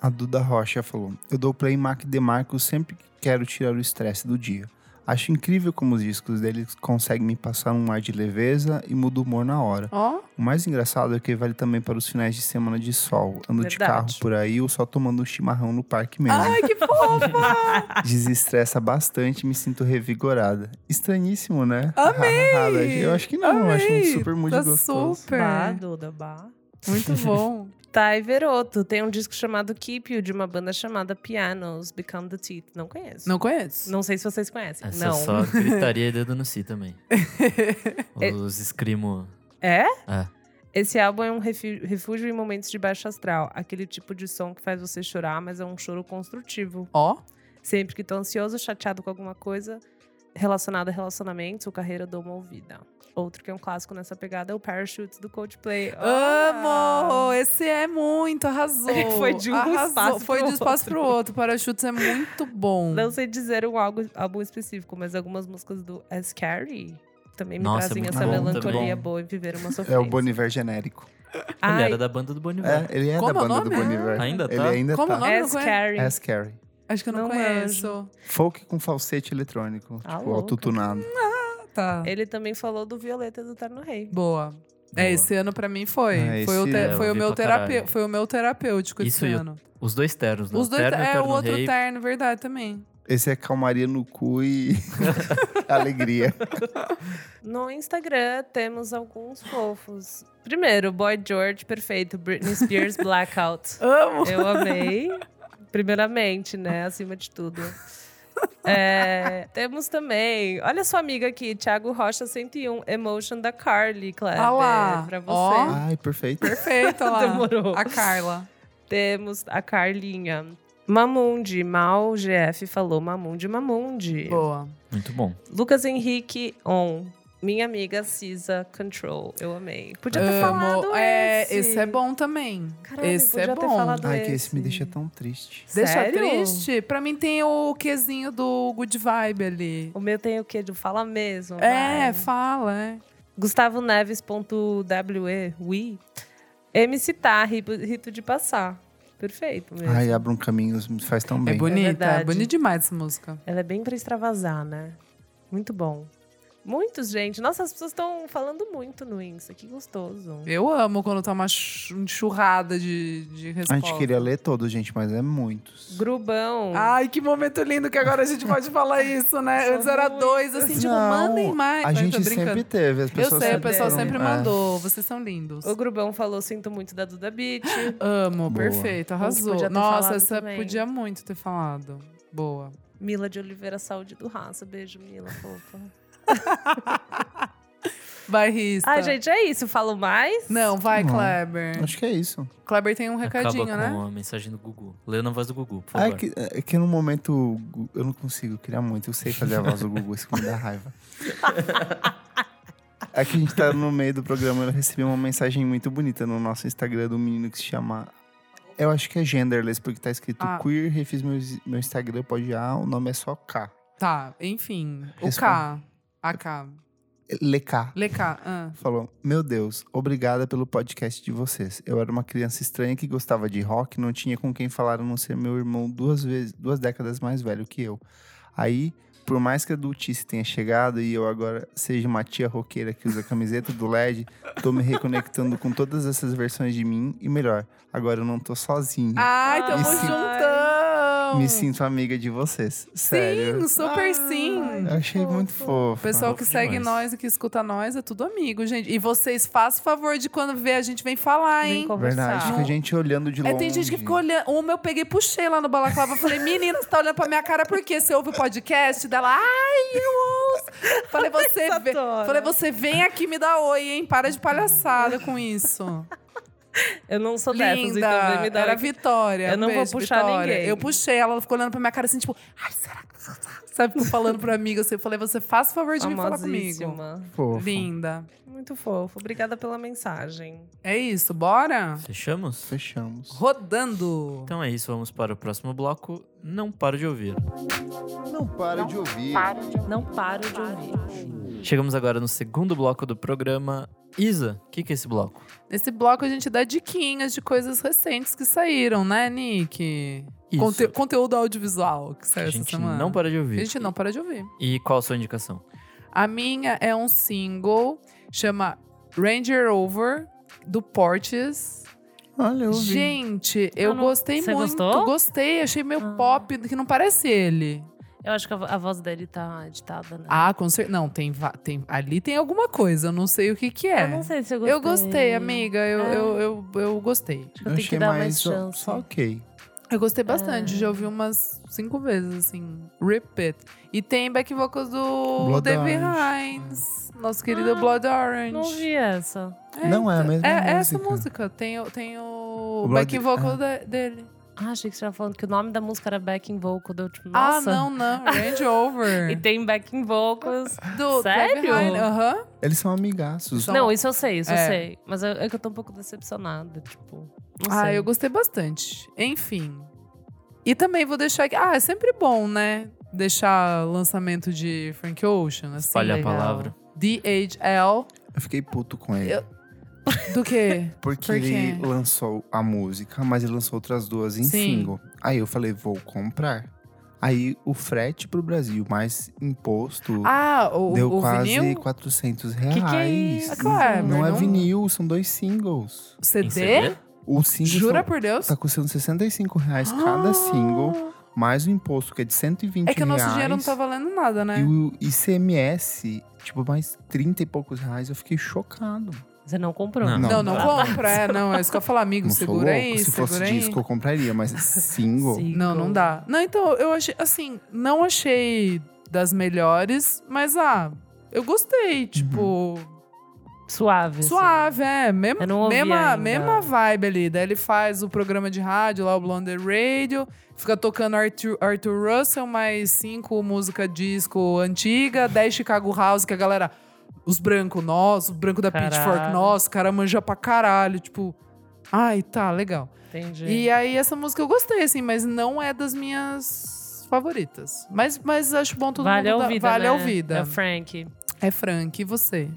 S2: A Duda Rocha falou: Eu dou play Mac DeMarco sempre que quero tirar o estresse do dia. Acho incrível como os discos deles conseguem me passar um ar de leveza e mudo o humor na hora.
S3: Ó,
S2: O mais engraçado é que vale também para os finais de semana de sol. Ando de
S4: Verdade.
S2: carro por aí ou só tomando um chimarrão no parque mesmo.
S3: ai, que fofa!
S2: Desestressa bastante e me sinto revigorada. Estranhíssimo, né?
S3: Amei!
S2: Eu acho que não, eu acho um
S3: Amei!
S2: super muito
S3: tá
S2: gostoso.
S3: super.
S4: Bah, Duda, bah.
S3: Muito bom.
S4: Tá, Everoto. Tem um disco chamado Keep You, de uma banda chamada Pianos Become the Teeth. Não conheço.
S3: Não conheço.
S4: Não sei se vocês conhecem.
S1: Essa é
S4: não.
S1: só gritaria e dedo no si também.
S3: É.
S1: Os escrimos.
S4: É?
S1: É.
S4: Esse álbum é um refi- refúgio em momentos de baixo astral. Aquele tipo de som que faz você chorar, mas é um choro construtivo.
S3: Ó,
S4: Sempre que tô ansioso, chateado com alguma coisa relacionada a relacionamentos ou carreira, dou uma ouvida. Outro que é um clássico nessa pegada é o Parachutes do Coldplay. Ah!
S3: amo! Esse é muito, arrasou.
S4: Foi de um
S3: arrasou.
S4: espaço pro
S3: Foi de um espaço
S4: outro.
S3: pro outro. Parachutes é muito bom.
S4: Não sei dizer um álbum, álbum específico, mas algumas músicas do As Carrie também me
S1: Nossa, é
S4: trazem
S1: muito
S4: essa
S2: bom
S4: melancolia
S2: também.
S4: boa e viver uma sofrência.
S2: É o Boniver genérico.
S1: Ele
S4: Ai,
S1: era da banda do Boniver.
S2: É, ele é
S3: Como é
S2: da
S3: o
S2: banda do
S3: nome?
S2: Boniver.
S1: Ainda tá?
S2: Ele ainda
S3: Como
S2: tá.
S3: o nome?
S4: As Carrie.
S2: É Scary.
S3: Acho que eu não,
S4: Não
S3: conheço.
S2: Folk com falsete eletrônico,
S3: Tá
S4: Ah,
S2: tipo,
S4: louca.
S2: autotunado.
S3: Ah, Tá.
S4: Ele também falou do Violeta do Terno Rei.
S3: Boa.
S1: Boa.
S3: É, esse ano pra mim foi.
S2: É,
S3: foi, o
S2: esse
S3: te-
S1: ano.
S3: foi,
S1: É,
S3: o
S1: eu vi
S3: meu
S1: pra
S3: terape-
S1: caralho.
S3: foi o meu terapêutico
S1: Isso
S3: esse
S1: e o
S3: ano.
S1: Os dois ternos, né?
S3: Os dois
S1: terno, e
S3: é o
S1: terno
S3: outro
S1: rei.
S3: terno, verdade também.
S2: Esse é calmaria no cu e alegria.
S4: No Instagram temos alguns fofos. Primeiro, Boy George, perfeito. Britney Spears, Blackout.
S3: Amo.
S4: Eu amei. Primeiramente, né? Acima de tudo. É, temos também. Olha sua amiga aqui, Thiago Rocha 101, Emotion da Carly, Kleber.
S3: Ah lá,
S4: Pra você.
S3: ó.
S2: Ai, perfeito.
S3: Perfeito lá.
S4: Demorou.
S3: A Carla.
S4: Temos a Carlinha. Mamundi, mal GF falou Mamundi, Mamundi.
S3: Boa.
S1: Muito bom.
S4: Lucas Henrique On. Minha amiga Cisa Control. Eu amei. Podia ter falado
S3: Amo. É,
S4: esse.
S3: esse é bom também.
S4: Caralho,
S3: esse
S4: podia
S3: é
S4: ter
S3: bom.
S4: falado
S2: Ai, que esse me deixa tão triste.
S3: Deixa
S4: Sério?
S3: triste. Pra mim tem o quezinho do Good Vibe ali.
S4: O meu tem o quê? Do fala mesmo.
S3: É,
S4: vai.
S3: fala, é.
S4: Gustavo Neves.we. Ui. MC Tá, rito, rito de passar. Perfeito mesmo.
S2: Ai, abram caminhos, me faz tão
S3: É
S2: bem.
S3: bonita,
S4: verdade.
S3: é bonita demais essa música.
S4: Ela é bem pra extravasar, né? Muito bom. Muitos, gente. Nossa, as pessoas estão falando muito no Insta. Que gostoso.
S3: Eu amo quando tá uma chu- enxurrada de, de
S2: A
S3: resposta.
S2: gente queria ler todos, gente, mas é muitos.
S4: Grubão.
S3: Ai, que momento lindo que agora a gente pode falar isso, né?
S4: São
S3: Antes era
S4: muitos.
S3: dois, assim, tipo,
S2: Não,
S3: mandem mais.
S2: A
S3: Mas tô
S2: gente
S3: brincando.
S2: sempre teve, as
S3: Eu
S2: pessoas
S3: sei, o pessoal
S4: deram,
S3: sempre
S2: é.
S3: mandou. Vocês são lindos.
S4: O Grubão falou: sinto muito da Duda Beat.
S3: Amo,
S2: Boa.
S3: perfeito,
S4: Podia
S3: arrasou.
S4: ter falado
S3: Nossa, essa
S4: também.
S3: podia muito ter falado. Boa.
S4: Mila de Oliveira, saúde do raça. Beijo, Mila, fofa.
S3: Vai, Rista.
S4: Ai, gente, é isso. Falo mais?
S3: Não, vai,
S2: Não.
S3: Kleber.
S2: Acho que é isso.
S3: Kleber tem um recadinho,
S1: Acaba
S3: né?
S1: com a mensagem do Gugu. Lê na voz do Gugu, por
S2: Ah,
S1: favor.
S2: é, que, é que no momento eu não consigo criar muito. Eu sei fazer a voz do Gugu, isso que me dá raiva. Aqui a gente tá no meio do programa. Eu recebi uma mensagem muito bonita no nosso Instagram do menino que se chama. Eu acho que é genderless, porque tá escrito
S3: Ah.
S2: queer, refiz meu, meu Instagram, pode A, o nome é só K.
S3: Tá, enfim. O K.
S2: Responde.
S3: A K.
S2: É, Leká.
S3: Lê K. ah.
S2: Falou: Meu Deus, obrigada pelo podcast de vocês. Eu era uma criança estranha que gostava de rock, não tinha com quem falar a não ser meu irmão duas vezes, duas décadas mais velho que eu. Aí, por mais que a adultice tenha chegado e eu agora seja uma tia roqueira que usa a camiseta do LED, tô me reconectando com todas essas versões de mim e melhor, agora eu não tô sozinha.
S3: Ai,
S4: Ai,
S3: tamo
S2: sim.
S3: juntão!
S2: Me sinto amiga de vocês. Sério.
S3: Sim, super
S4: Ai.
S3: sim.
S2: Eu achei muito fofo.
S3: O pessoal
S1: fofo
S3: que segue
S1: demais.
S3: nós e que escuta nós é tudo amigo, gente. E vocês façam favor de quando vê a gente vem falar,
S4: Vem
S3: hein?
S4: conversar.
S2: Verdade, fica a gente olhando de longe.
S3: É, tem gente que ficou olhando. Uma eu peguei e puxei lá no balaclava. Falei, menina, você tá olhando pra minha cara por quê? Você ouve o podcast dela? Ai, eu ouço. Falei, você, vê-
S4: Satona.
S3: Falei, você vem aqui me dar oi, hein? Para de palhaçada com isso.
S4: Eu não sou dessas,
S3: Linda.
S4: então vem me dar
S3: Era
S4: o-
S3: Vitória.
S4: Eu não vou
S3: Beijo,
S4: puxar
S3: Vitória.
S4: ninguém.
S3: Eu puxei, ela ficou olhando pra minha cara assim, tipo, ai, será que. Sabe, tipo, falando pra amiga assim. Eu falei, você faz o favor de me falar comigo.
S4: Famosíssima.
S2: fofo.
S3: Linda.
S4: Muito fofo. Obrigada pela mensagem.
S3: É isso, bora?
S1: Fechamos?
S2: Fechamos.
S3: Rodando.
S1: Então é isso, vamos para o próximo bloco. Não para de ouvir.
S2: Não para de ouvir.
S4: Não paro de ouvir.
S1: Chegamos agora no segundo bloco do programa, Isa, o que, que é esse bloco?
S3: Nesse bloco a gente dá diquinhas de coisas recentes que saíram, né, Nick?
S1: Isso,
S3: Conte- conteúdo audiovisual que
S1: que
S3: saiu
S1: a
S3: essa
S1: gente
S3: semana.
S1: não para de
S3: A
S1: ouvir.
S3: gente não para de ouvir.
S1: E qual a sua indicação?
S3: A minha é um single, chama Ranger Over, do Portis.
S2: Olha, eu ouvi.
S3: Gente, eu
S4: Eu não-
S3: gostei
S4: Você
S3: muito.
S4: gostou?
S3: Gostei, achei meio
S4: Ah.
S3: pop, que não parece ele.
S4: Eu acho que a vo- a voz dele tá editada, né?
S3: Ah, com certeza. Não, tem, va- tem. Ali tem alguma coisa, eu não sei o que que é.
S4: Eu não sei se eu gostei.
S3: Eu gostei, amiga. Eu,
S4: É.
S3: eu, eu, eu gostei.
S4: Acho
S2: Eu
S4: que eu tenho que
S2: achei
S4: dar mais,
S2: mais só,
S4: chance.
S2: só ok.
S3: Eu gostei
S4: Ah.
S3: bastante. Já ouvi umas cinco vezes, assim. Repeat. E tem back vocals do
S2: Blood
S3: David
S2: Orange.
S3: Hines. Nosso querido
S4: Ah,
S3: Blood Orange.
S4: Não vi essa.
S2: Não é a mesma
S3: É essa
S2: música.
S3: música. Tem, o- tem o,
S2: O
S3: back
S2: Blood-
S3: vocal de- dele.
S4: Ah, achei que você tava falando que o nome da música era Backing Vocal. Do... Tipo,
S3: Ah,
S4: nossa.
S3: não, não. Range Over.
S4: E tem Backing Vocals.
S3: Do
S4: Sério?
S3: David Hines. Aham.
S2: Eles são amigaços.
S3: São-
S4: Não, isso eu sei, isso
S3: É.
S4: eu sei. Mas eu- é que eu tô um pouco decepcionada, tipo. Não
S3: Ah,
S4: sei.
S3: eu gostei bastante. Enfim. E também vou deixar aqui. Ah, é sempre bom, né? Deixar lançamento de Frank Ocean, assim.
S1: Espalha a
S4: legal.
S1: palavra.
S3: DHL.
S2: Eu fiquei puto com ele.
S3: Eu- Do quê?
S2: Porque
S3: Por
S2: ele
S3: quê?
S2: lançou a música, mas ele lançou outras duas em
S3: Sim.
S2: single. Aí eu falei, vou comprar. Aí o frete pro Brasil, mais imposto,
S3: Ah, o,
S2: deu
S3: o
S2: quase
S3: vinil?
S2: 400
S4: Que
S2: reais.
S4: que é né? isso?
S3: Ah, claro,
S2: Não é
S3: não-
S2: vinil, são dois singles.
S1: Em
S3: CD?
S1: CD?
S2: O single
S3: Jura
S2: são-
S3: por Deus?
S2: tá custando 65 reais cada
S3: Ah!
S2: single, mais o imposto, que é de 120
S3: É que o nosso
S2: reais.
S3: dinheiro não tá valendo nada, né?
S2: E o ICMS, tipo, mais 30 e poucos reais, eu fiquei chocado.
S4: Você não comprou.
S1: Não.
S3: Não, não
S4: Ah,
S3: compra. É, não, é isso que eu falo, amigo.
S2: Não sou louco.
S3: segura aí,
S2: Se
S3: segura
S2: fosse
S3: aí.
S2: disco, eu compraria, mas single.
S4: Sim.
S3: Não, não dá. Não, então, eu achei, assim, não achei das melhores, mas ah, eu
S4: Uhum.
S3: gostei. Tipo,
S4: Suave. assim.
S3: suave, é. Mem
S4: Eu não ouvi
S3: mesma,
S4: ainda.
S3: mesma vibe ali. Daí ele faz o programa de rádio lá, o Blonder Radio, fica tocando Arthur, Arthur Russell, mais cinco música disco antiga, dez Chicago House, que a galera. Os brancos, nós, o branco da Pitchfork,
S4: Caralho.
S3: nós, o cara manja pra caralho. Tipo, ai, tá, legal.
S4: assim. Entendi.
S3: E é aí, essa música eu gostei, assim, mas não é das minhas favoritas. Mas, mas acho bom todo
S4: vale a
S3: mundo... dar-
S4: ouvida.
S3: Vale
S4: né?
S3: a ouvida.
S4: É Frank.
S3: É Frank, e você?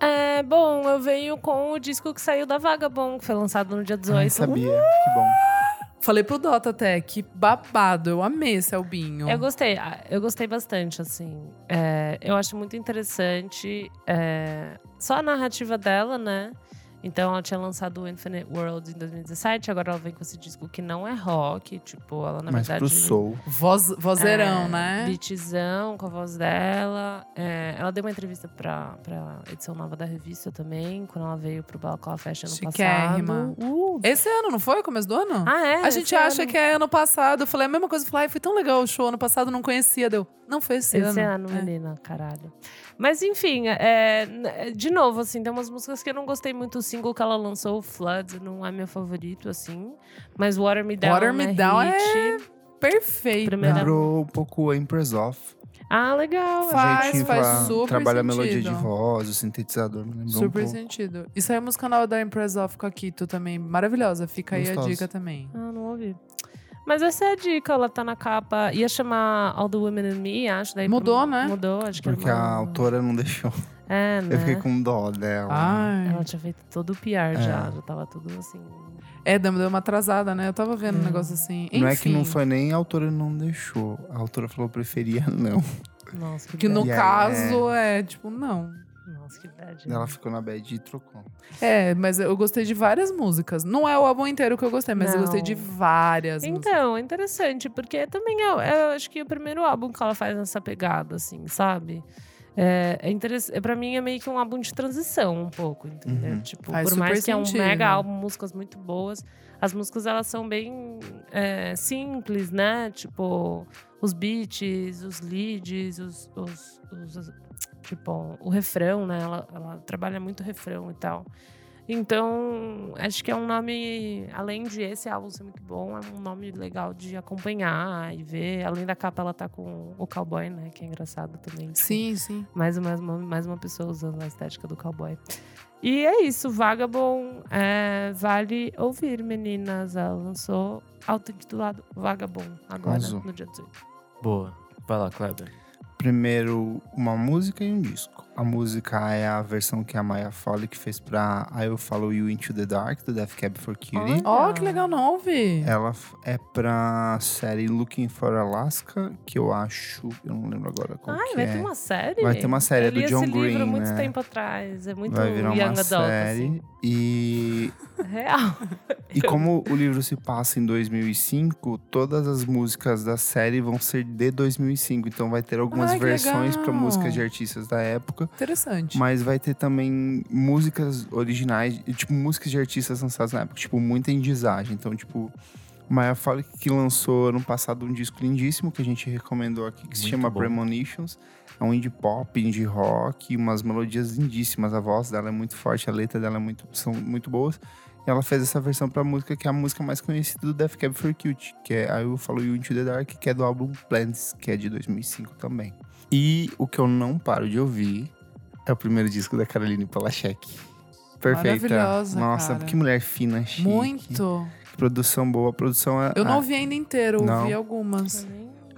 S4: É, bom, eu venho com o disco que saiu da Vagabond, que foi lançado no dia
S2: Ai,
S4: 18.
S2: sabia. Que bom.
S3: Falei pro Dota até, que babado, eu amei esse albinho.
S4: Eu gostei, ah, eu gostei bastante, assim. É, eu acho muito interessante é, só a narrativa dela, né? Então ela tinha lançado o Infinite World em 2017, agora ela vem com esse disco que não é rock, tipo, ela na
S2: mas
S4: verdade.
S2: pro
S3: né?
S2: soul.
S3: Voz, vozeirão,
S4: É,
S3: né?
S4: Beatzão com a voz dela. É, ela deu uma entrevista pra, pra edição nova da revista também, quando ela veio pro Balaclava Fest ano
S3: Chiquérrima.
S4: passado. Uh.
S3: Esse ano, não foi? Começo do ano?
S4: Ah, é?
S3: a gente
S4: Esse
S3: acha
S4: ano.
S3: que é ano passado. Eu falei a mesma coisa. Eu falei, ai, foi tão legal o show ano passado, não conhecia. Deu, não foi esse,
S4: Esse ano,
S3: É.
S4: menina, caralho. Mas enfim, é, n- de novo, assim, tem umas músicas que eu não gostei muito. O single que ela lançou, o Floods, não é meu favorito, assim. Mas Water Me Down.
S3: Water Me
S4: é
S3: Down é
S4: hit.
S3: Perfeito.
S4: Primeira-
S2: Lembrou um pouco a Empress Off.
S4: Ah, legal.
S3: Fala, Faz,
S2: o jeitinho
S3: faz
S2: que ela
S3: super
S2: trabalha a
S3: sentido.
S2: melodia de voz, o sintetizador. Me lembrou
S3: Super
S2: um pouco.
S3: sentido. E saiu música nova da Impress Off com a Kito também. Maravilhosa. Fica aí a
S2: Gostosa.
S3: dica também.
S4: Ah, não ouvi. Mas essa é a dica, ela tá na capa. Ia chamar All the Women in Me, acho. Daí
S3: Mudou,
S4: pro-
S3: né?
S4: Mudou, acho que
S2: Porque
S4: era
S2: a
S4: uma-
S2: autora não deixou.
S4: É, né?
S2: Eu fiquei com dó dela.
S3: Ai.
S4: Ela tinha feito todo o PR já, já tava tudo assim.
S3: É, deu deu uma atrasada, né? Eu tava vendo um negócio assim.
S2: Não é que
S3: Enfim,
S2: não foi nem a autora não deixou. A autora falou preferia não.
S4: Nossa, que,
S3: Que no
S4: bad.
S2: E aí,
S3: caso é... tipo, não.
S4: Nossa, que bad.
S2: Ela ficou na bad e trocou.
S3: É, mas eu gostei de várias músicas. Não é o álbum inteiro que eu gostei, mas eu
S4: Não.
S3: gostei de várias músicas.
S4: Então, é interessante, porque também eu, eu acho que é o primeiro álbum que ela faz nessa pegada, assim, sabe? É, é interessante, pra mim é meio que um álbum de transição um pouco, entendeu?
S2: Uhum.
S4: Tipo,
S3: Faz
S4: por mais
S3: super
S4: que é um
S3: sentido.
S4: mega álbum, músicas muito boas, as músicas elas são bem é, simples, né? Tipo, os beats, os leads, os, os- os- tipo, o refrão, né? Ela, ela trabalha muito refrão e tal. Então, acho que é um nome, além de esse álbum ser muito bom, é um nome legal de acompanhar e ver. Além da capa, ela tá com o cowboy, né? Que é engraçado também. tipo,
S3: Sim, sim.
S4: mais, mais, uma, mais uma pessoa usando a estética do cowboy. E é isso, Vagabond é, vale ouvir, meninas. Ela lançou autotitulado Vagabond agora,
S2: Arrasou.
S4: no dia 18.
S1: Boa. Vai lá, Kleber.
S2: Primeiro uma música e um disco. A música é a versão que a Maya Foley que fez pra I Will Follow You Into the Dark, do Death Cab for Cutie.
S3: Ó, que legal, não ouvi.
S2: Ela f- é pra série Looking for Alaska, que eu acho. Eu não lembro agora qual
S4: Ai,
S2: que
S4: vai
S2: é.
S4: ter uma série?
S2: Vai ter uma série, é
S4: Eu
S2: do
S4: li
S2: John
S4: esse livro
S2: Green,
S4: há muito
S2: né?
S4: tempo atrás. É muito
S2: vai virar
S4: young
S2: uma
S4: adult,
S2: série.
S4: assim.
S2: E,
S4: Real.
S2: e como o livro se passa em 2005, todas as músicas da série vão ser de 2005. Então vai ter algumas
S3: Ai, que
S2: versões pra
S3: legal.
S2: músicas de artistas da época.
S3: Interessante.
S2: Mas vai ter também músicas originais, e, tipo, músicas de artistas lançadas na época, tipo, muita indizagem. Então, tipo, Maya Folic que lançou ano passado um disco lindíssimo que a gente recomendou aqui, que se
S1: Muito
S2: chama
S1: bom.
S2: Premonitions. É um indie pop, indie rock, umas melodias lindíssimas. A voz dela é muito forte, a letra dela é muito, são muito boas. E ela fez essa versão pra música que é a música mais conhecida do Death Cab for Cute, que é I Will Follow You Into the Dark, que é do álbum Plants, que é de 2005 também. E o que eu não paro de ouvir é o primeiro disco da Caroline Polachek. Perfeita.
S3: Maravilhosa,
S2: Nossa,
S3: cara.
S2: que mulher fina, chique.
S3: Muito.
S2: Que Produção boa, a produção é.
S3: Eu não
S2: é-
S3: ouvi ainda inteiro, ouvi
S2: Não.
S3: algumas.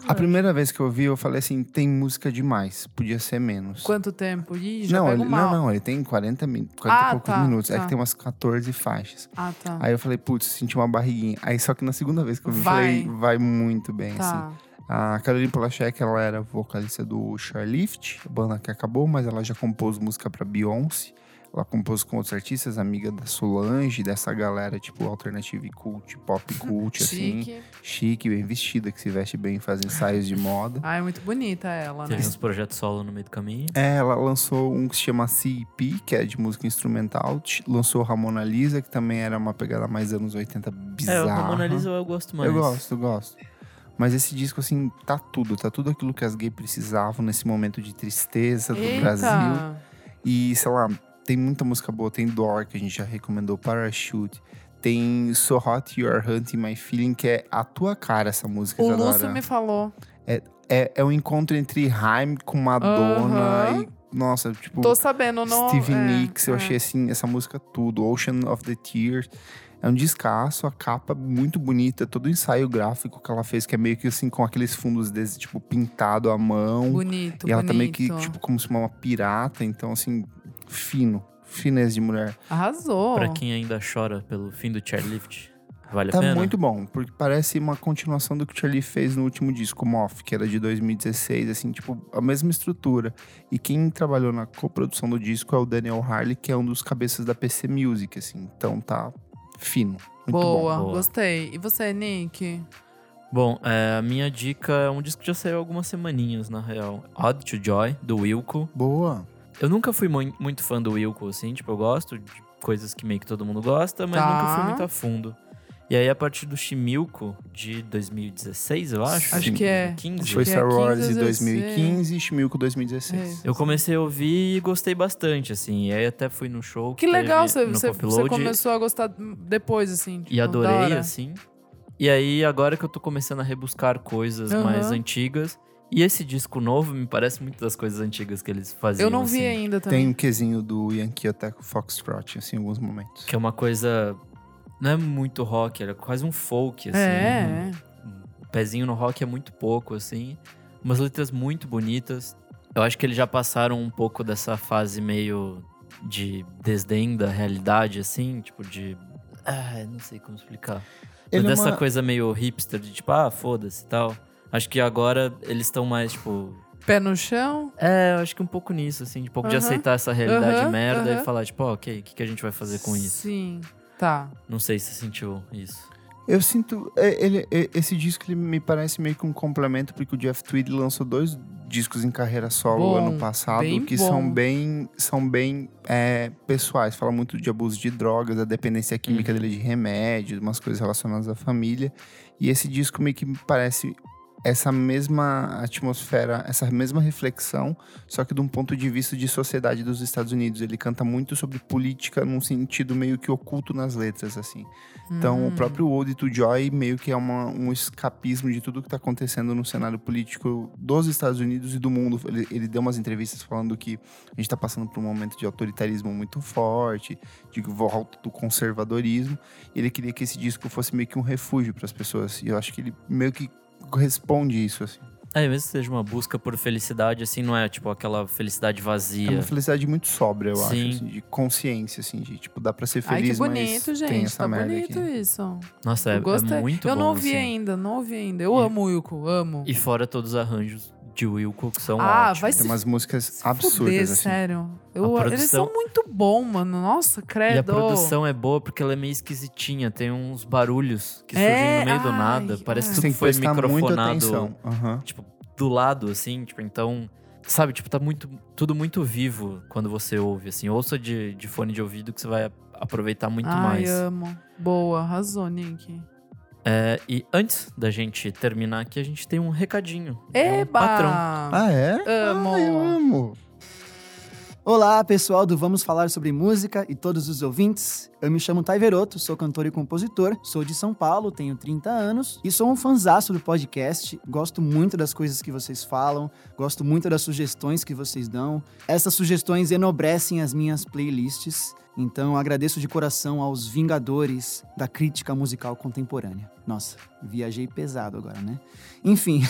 S2: A primeira vez que eu ouvi, eu falei assim: tem música demais, podia ser menos.
S3: Quanto tempo? Ih, já
S2: não,
S3: pego
S2: ele,
S3: mal.
S2: não, não, ele tem 40, min- 40
S3: Ah,
S2: e poucos
S3: tá,
S2: minutos. É
S3: tá.
S2: que tem umas 14 faixas.
S3: Ah, tá.
S2: Aí eu falei, putz, senti uma barriguinha. Aí só que na segunda vez que eu vi, eu
S3: Vai.
S2: falei, vai muito bem, assim.
S3: tá.
S2: A Caroline Polachek, ela era vocalista do Charlift, a banda que acabou, mas ela já compôs música pra Beyoncé. Ela compôs com outros artistas, amiga da Solange, dessa galera tipo alternative cult, pop cult, assim.
S3: Chique.
S2: Chique, bem vestida, que se veste bem, faz ensaios de moda.
S3: Ah, é muito bonita ela, né?
S1: Teve uns projetos solo no meio do caminho.
S2: É, ela lançou um que se chama CEP, que é de música instrumental. T- Lançou Ramona Lisa, que também era uma pegada mais anos 80
S1: É,
S2: bizarra.
S1: o Ramona Lisa eu gosto mais.
S2: Eu gosto, gosto. Mas esse disco, assim, tá tudo. Tá tudo aquilo que as gays precisavam nesse momento de tristeza do
S3: Eita.
S2: Brasil. E, sei lá, tem muita música boa. Tem Door, que a gente já recomendou, Parachute. Tem So Hot You Are Hunting My Feeling, que é a tua cara essa música,
S3: O
S2: Isadora.
S3: Lúcio me falou.
S2: É, é um encontro entre Haim com Madonna
S3: Aham.
S2: e... Nossa, tipo...
S3: Tô sabendo, não.
S2: Steven
S3: é,
S2: Nicks, eu
S3: é.
S2: achei assim, essa música tudo. Ocean of the Tears. É um descasso, a capa muito bonita, todo o ensaio gráfico que ela fez, que é meio que assim, com aqueles fundos desse, tipo, pintado à mão.
S1: Uhum.
S3: Bonito,
S2: e ela
S3: bonito.
S2: tá meio que, tipo, como se fosse uma pirata, então, assim, fino. Finês de mulher.
S3: Arrasou.
S1: Pra quem ainda chora pelo fim do chairlift, vale a
S2: Tá
S1: pena?
S2: muito bom, porque parece uma continuação do que o Charlie fez no último disco, Moth, que era de 2016, assim, tipo, a mesma estrutura. E quem trabalhou na coprodução do disco é o Daniel Harley, que é um dos cabeças da PC Music, assim. Então tá fino. Muito
S3: Boa,
S2: bom.
S1: boa.
S3: gostei. E você, Nick?
S1: Bom, é, a minha dica é um disco que já saiu algumas semaninhas, na real. Odd to Joy, do Wilco.
S2: Boa.
S1: Eu nunca fui mui- muito fã do Wilco, assim, tipo, eu gosto de coisas que meio que todo mundo gosta, mas
S3: Tá.
S1: nunca fui muito a fundo. E aí, a partir do Chimilco, de 2016, eu acho.
S3: Acho que é.
S1: 15.
S2: Foi
S3: que é
S2: Star Wars
S3: 15,
S2: de
S3: 16.
S2: 2015 e Chimico 2016.
S3: É.
S1: Eu comecei a ouvir e gostei bastante, assim. E aí até fui no show.
S3: Que legal,
S1: teve
S3: você,
S1: no
S3: você,
S1: Popload
S3: você começou a gostar depois, assim. tipo,
S1: E
S3: da
S1: adorei,
S3: hora.
S1: assim. E aí, agora que eu tô começando a rebuscar coisas
S3: Aham.
S1: mais antigas. E esse disco novo me parece muito das coisas antigas que eles faziam.
S3: Eu não vi
S1: assim.
S3: ainda também.
S2: Tem um quesinho do Yankee Otaku Foxtrot, assim, em alguns momentos.
S1: Que é uma coisa. Não é muito rock, era quase um folk, assim.
S3: é, é.
S1: O pezinho no rock é muito pouco, assim. Umas letras muito bonitas. Eu acho que eles já passaram um pouco dessa fase meio de desdém da realidade, assim, tipo de. Ah, não sei como explicar. Mas
S2: Ele é
S1: dessa
S2: uma-
S1: coisa meio hipster de tipo, ah, foda-se e tal. Acho que agora eles estão mais, tipo.
S3: Pé no chão?
S1: É, eu acho que um pouco nisso, assim, de pouco de
S3: Aham.
S1: aceitar essa realidade
S3: Aham,
S1: merda
S3: aham.
S1: e falar, tipo, ó, ok, o que, que a gente vai fazer com isso?
S3: Sim, tá.
S1: Não sei se você sentiu isso.
S2: Eu sinto. é, ele- é, esse disco ele me parece meio que um complemento, porque o Jeff Tweedy lançou dois discos em carreira solo
S3: Bom,
S2: ano passado,
S3: bem
S2: que
S3: bom.
S2: são bem, são bem é, pessoais. Fala muito de abuso de drogas, da dependência química
S1: Uhum.
S2: dele de remédios, umas coisas relacionadas à família. E esse disco meio que me parece essa mesma atmosfera, essa mesma reflexão, só que de um ponto de vista de sociedade dos Estados Unidos. Ele canta muito sobre política num sentido meio que oculto nas letras, assim. Então, o
S3: Hum.
S2: próprio Ode to Joy meio que é uma- um escapismo de tudo que está acontecendo no cenário político dos Estados Unidos e do mundo. Ele, ele deu umas entrevistas falando que a gente está passando por um momento de autoritarismo muito forte, de volta do conservadorismo. E ele queria que esse disco fosse meio que um refúgio para as pessoas. E eu acho que ele meio que responde isso, assim.
S1: É, mesmo que seja uma busca por felicidade, assim, não é tipo aquela felicidade
S2: É
S1: vazia.
S2: uma felicidade muito sóbria, eu
S1: Sim.
S2: acho, assim, de consciência, assim, de tipo, dá pra ser
S3: Ai, que
S2: feliz,
S3: bonito,
S2: mas tem
S3: gente.
S2: essa
S3: Tá
S2: merda
S3: bonito
S2: aqui.
S3: isso.
S1: Nossa, é,
S3: eu
S1: é
S3: gostei.
S1: muito
S3: eu
S1: bom.
S3: não ouvi
S1: assim.
S3: ainda, não ouvi ainda. Eu
S1: E-
S3: amo o Wilco, amo.
S1: E fora todos os arranjos de Wilco, que são
S3: Ah,
S1: ótimos.
S3: vai
S2: Tem
S3: se
S2: umas músicas
S3: Se fuder,
S2: absurdas, assim.
S3: sério. Eu-
S1: A
S3: Eles são
S1: produção-
S3: muito bons, mano. Nossa, credo.
S1: E a produção é boa porque ela é meio esquisitinha, tem uns barulhos que surgem
S3: É,
S1: no meio do
S3: ai,
S1: nada. Parece que
S2: Você
S3: ai.
S1: tudo
S2: tem que
S1: foi
S2: prestar muita
S1: microfonado,
S2: atenção. Aham.
S1: tipo, do lado, assim, tipo, então. Sabe, tipo, tá muito. Tudo muito vivo quando você ouve, assim. Ouça de, de fone de ouvido que você vai aproveitar muito
S3: Ai,
S1: mais.
S3: amo. Boa, arrasou, Nick.
S1: É, e antes da gente terminar aqui, a gente tem um recadinho. É um
S3: Eba!
S1: patrão.
S2: Ah, é?
S3: Amo.
S2: Ah, eu amo.
S5: Olá, pessoal do Vamos Falar Sobre Música e todos os ouvintes. Eu me chamo Taiveroto, sou cantor e compositor, sou de São Paulo, tenho 30 anos e sou um fanzaço do podcast. Gosto muito das coisas que vocês falam, gosto muito das sugestões que vocês dão. Essas sugestões enobrecem as minhas playlists, então agradeço de coração aos vingadores da crítica musical contemporânea. Nossa, viajei pesado agora, né? Enfim,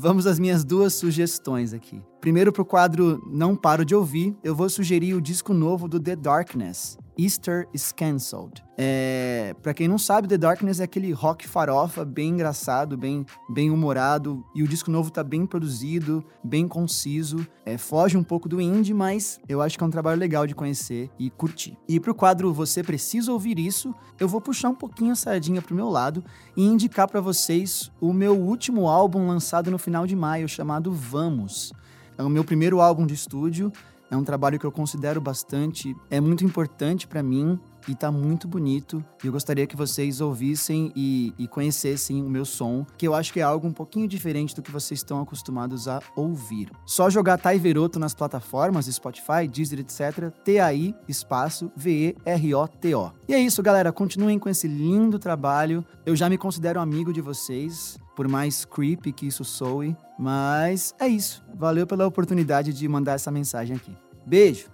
S5: Vamos às minhas duas sugestões aqui. Primeiro, pro quadro Não Paro de Ouvir, eu vou sugerir o disco novo do The Darkness, Easter is Cancelled. É, para quem não sabe, The Darkness é aquele rock farofa bem engraçado, bem, bem humorado, e o disco novo tá bem produzido, bem conciso, é, foge um pouco do indie, mas eu acho que é um trabalho legal de conhecer e curtir. E pro quadro Você Precisa Ouvir Isso, eu vou puxar um pouquinho a sardinha pro meu lado e indicar para vocês o meu último álbum lançado no final de maio, chamado Vamos. É o meu primeiro álbum de estúdio, é um trabalho que eu considero bastante, é muito importante para mim e tá muito bonito. E eu gostaria que vocês ouvissem e, e conhecessem o meu som, que eu acho que é algo um pouquinho diferente do que vocês estão acostumados a ouvir. Só jogar Taiveroto nas plataformas Spotify, Deezer, etc. T-A-I, espaço, V-E-R-O-T-O. E é isso, galera. Continuem com esse lindo trabalho. Eu já me considero amigo de vocês, por mais creepy que isso soe. Mas é isso. Valeu pela oportunidade de mandar essa mensagem aqui. Beijo!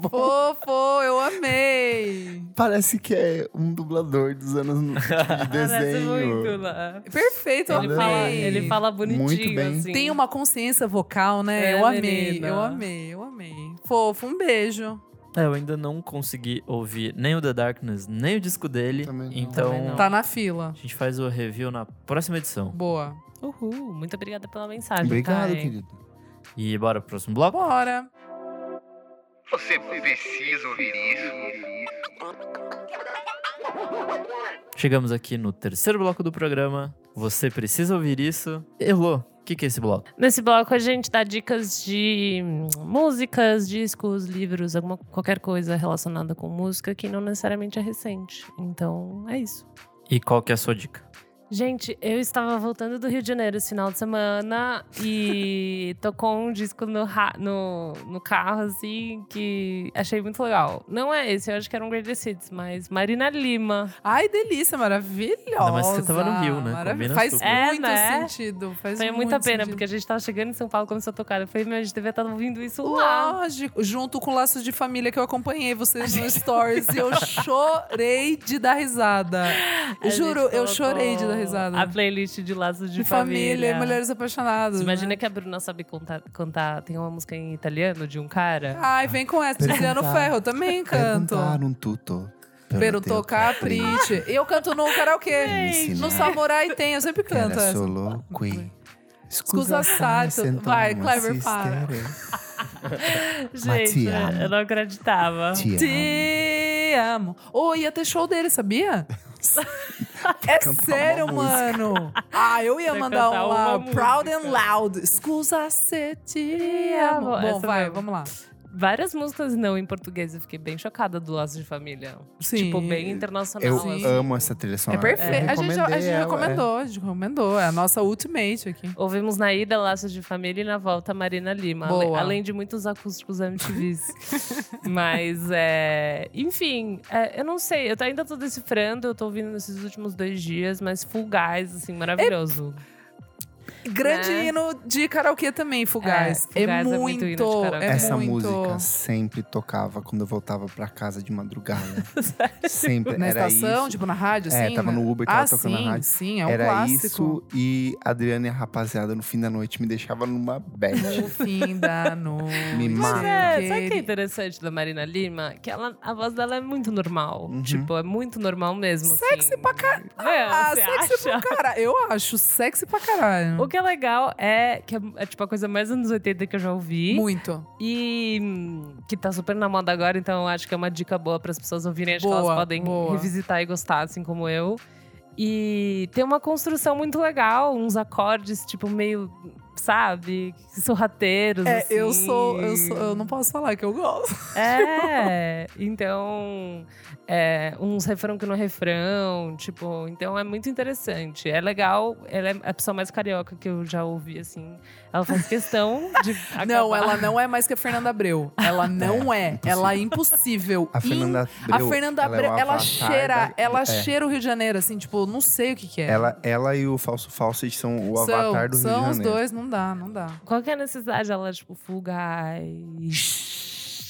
S3: Fofo, eu amei.
S2: Parece que é um dublador dos anos no- tipo, de
S4: Parece muito
S2: desenho.
S4: lá.
S3: Perfeito, eu
S4: Ele
S3: amei.
S4: fala, ele fala bonitinho,
S2: Muito bem.
S4: assim.
S3: Tem uma consciência vocal, né?
S4: É,
S3: eu amei,
S4: menina.
S3: eu amei, eu amei. Fofo, um beijo.
S1: É, eu ainda não consegui ouvir nem o The Darkness, nem o disco dele.
S2: Também não.
S1: Então,
S4: Também não.
S3: Tá na fila.
S1: a gente faz o review na próxima edição.
S3: Boa.
S4: Uhul, muito obrigada pela mensagem,
S2: Obrigado,
S4: Thay.
S2: querido.
S1: E bora pro próximo bloco?
S3: Bora.
S6: Você precisa ouvir isso.
S1: Chegamos aqui no terceiro bloco do programa. Você precisa ouvir isso. Elô, o que, que é esse bloco?
S4: Nesse bloco a gente dá dicas de hum, músicas, discos, livros, alguma, qualquer coisa relacionada com música que não necessariamente é recente. Então é isso.
S1: E qual que é a sua dica?
S4: Gente, eu estava voltando do Rio de Janeiro esse final de semana e tocou um disco no, ra- no, no carro, assim, que achei muito legal. Não é esse, eu acho que era um Greatest Hits, mas Marina Lima.
S3: Ai, delícia, maravilhosa.
S1: Ainda mais que você tava no Rio, né? Combina
S3: Maravilha. Faz
S1: super.
S4: É,
S3: muito
S4: né?
S3: sentido. Faz
S4: Foi
S3: muito
S4: muita pena,
S3: sentido.
S4: porque a gente estava chegando em São Paulo e começou a tocar. Eu falei, meu, a gente devia estar ouvindo isso lá.
S3: Lógico, junto com laços de família que eu acompanhei vocês no stories e eu chorei de dar risada.
S4: A gente
S3: Juro, eu
S4: colocou
S3: chorei de dar risada.
S4: A playlist de Laços de,
S3: de família, mulheres apaixonadas.
S4: Você imagina
S3: né?
S4: que a Bruna sabe contar, cantar. Tem uma música em italiano de um cara.
S3: Ai, vem com essa, Tiziano Ferro, eu também canto.
S2: Perguntaram tudo.
S3: Perguntou caprite. Eu canto no karaokê.
S2: Gente,
S3: No samurai tem, eu sempre canto
S2: Era
S3: essa.
S2: solo qui.
S3: Scusa stato. Vai, Clever, para.
S4: Gente,
S2: Matiano.
S4: eu não acreditava.
S3: Te amo. Ô, ia ter show dele, sabia? é
S2: Cantar uma
S3: sério,
S2: música.
S3: mano. Ah, eu ia
S4: Pra
S3: mandar
S4: cantar
S3: um
S4: uma
S3: lá,
S4: música.
S3: Proud and Loud. Escusa se te amo.
S4: Amo,
S3: Bom,
S4: essa
S3: vai,
S4: mesmo.
S3: vamos lá.
S4: Várias músicas não em português, eu fiquei bem chocada do Laço de Família.
S3: Sim.
S4: Tipo, bem internacional.
S2: Eu
S4: assim.
S2: amo essa trilha
S3: É
S2: sonora.
S3: perfeito.
S2: Eu
S3: A gente, já- a
S2: recomendei
S3: gente
S2: ela,
S3: recomendou, a gente recomendou. É a nossa ultimate aqui.
S4: Ouvimos na ida Laços de Família e na volta Marina Lima. ale-
S3: Boa.
S4: Além de muitos acústicos MTVs. Mas, é... Enfim, é, eu não sei. Eu tô- ainda tô
S3: É
S4: decifrando, eu tô ouvindo nesses últimos dois dias, mas full guys, assim, maravilhoso.
S3: Grande
S4: Né?
S3: hino de karaokê também, Fugaz. É,
S4: É, Fugaz é muito
S3: muito,
S4: hino de
S3: é,
S4: karaokê.
S2: Essa
S3: muito.
S2: música sempre tocava quando eu voltava pra casa de madrugada. sempre.
S3: Na
S2: era
S3: estação,
S2: isso.
S3: tipo, na rádio,
S2: É,
S3: assim?
S2: tava
S3: né?
S2: no Uber, tava
S3: ah,
S2: tocando na
S3: sim,
S2: rádio.
S3: sim, é um
S2: era
S3: clássico.
S2: isso e a Adriana e a rapaziada no fim da noite me deixava numa
S3: No
S2: bad.
S3: fim da noite.
S2: Me
S4: Mas
S2: mata.
S4: é, sabe o que é interessante da Marina Lima? Que ela, a voz dela é muito normal.
S2: Uhum.
S4: Tipo, é muito normal mesmo.
S3: Sexy
S4: assim.
S3: pra caralho.
S4: É,
S3: Ah,
S4: você
S3: sexy
S4: acha?
S3: pra caralho. Eu acho sexy pra caralho.
S4: O que é legal é que é, é, tipo a coisa mais anos 80 que eu já ouvi.
S3: Muito.
S4: E hum, que tá super na moda agora, então eu acho que é uma dica boa para as pessoas ouvirem. Acho que
S3: Boa,
S4: elas podem
S3: boa.
S4: revisitar e gostar, assim como eu. E tem uma construção muito legal, uns acordes, tipo, meio, sabe, sorrateiros.
S3: É,
S4: assim.
S3: eu sou, eu sou. Eu não posso falar que eu gosto.
S4: É, então, é, uns refrão que não é refrão, tipo, então é muito interessante. É legal, ela é a pessoa mais carioca que eu já ouvi, assim. Ela faz questão de.
S3: Não,
S4: acabar-
S3: ela não é mais que a Fernanda Abreu. Ela não é. Ela é impossível.
S2: A Fernanda
S3: A
S2: Abreu,
S3: Fernanda
S2: ela é o
S3: Abreu, ela
S2: avatar
S3: cheira,
S2: da-
S3: ela
S2: é.
S3: cheira o Rio de Janeiro, assim, tipo, eu não sei o que que é.
S2: Ela, ela e o Falso Falso são o avatar do Rio de
S3: são
S2: Janeiro.
S3: os dois, não dá, não dá.
S4: Qual que é a necessidade? Ela, tipo, fugaz.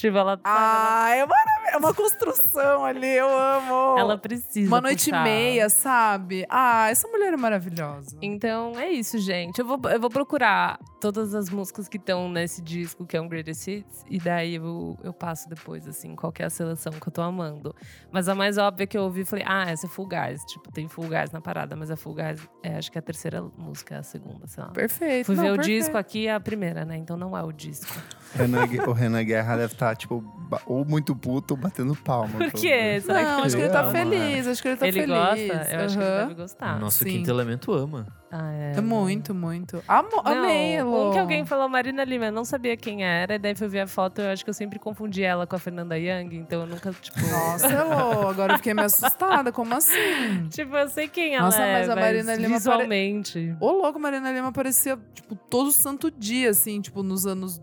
S4: Tipo, ela, sabe,
S3: Ah, é maravilhoso. É uma construção ali, eu amo.
S4: ela, ela precisa.
S3: Ah, uma noite
S4: puxar.
S3: e meia, sabe? Ah, essa mulher é maravilhosa.
S4: Então é isso, gente. Eu vou, eu vou procurar todas as músicas que estão nesse disco, que é um Greatest Hits, e daí eu, eu passo depois, assim, qual que é a seleção que eu tô amando. Mas a mais óbvia que eu ouvi, falei, ah, essa é Full Guys. Tipo, tem Full Guys na parada, mas a Full Guys, é, acho que é a terceira música, é a segunda, sei lá.
S3: Perfeito.
S4: Fui
S3: não,
S4: ver o
S3: perfeito.
S4: disco aqui, é a primeira, né? Então não é o disco.
S2: Renan Gue- o Renan Guerra deve estar, tipo, ba- ou muito puto ou batendo palma.
S4: Por
S2: pro-
S4: quê? Será
S3: Não,
S4: que
S3: acho que ele
S2: Eu
S3: tá
S2: amo,
S3: feliz, acho que ele tá
S4: ele
S3: feliz.
S4: gosta? Eu acho que ele tá
S3: aham.
S4: deve gostar.
S1: Nosso
S3: Ah, sim.
S1: quinto elemento ama.
S4: Ah, é.
S3: É Muito, muito. Amo,
S4: Não,
S3: amei, Elô.
S4: Um que alguém falou Marina Lima, eu não sabia quem era, e daí eu vi a foto, eu acho que eu sempre confundi ela com a Fernanda Young, então eu nunca, tipo.
S3: Nossa, Elô, agora eu fiquei meio assustada, como assim?
S4: Tipo, eu sei quem ela
S3: Nossa,
S4: é.
S3: mas a Marina Lima pare-
S4: Visualmente.
S3: Ô, louco, Marina Lima aparecia, tipo, todo santo dia, assim, tipo, nos anos,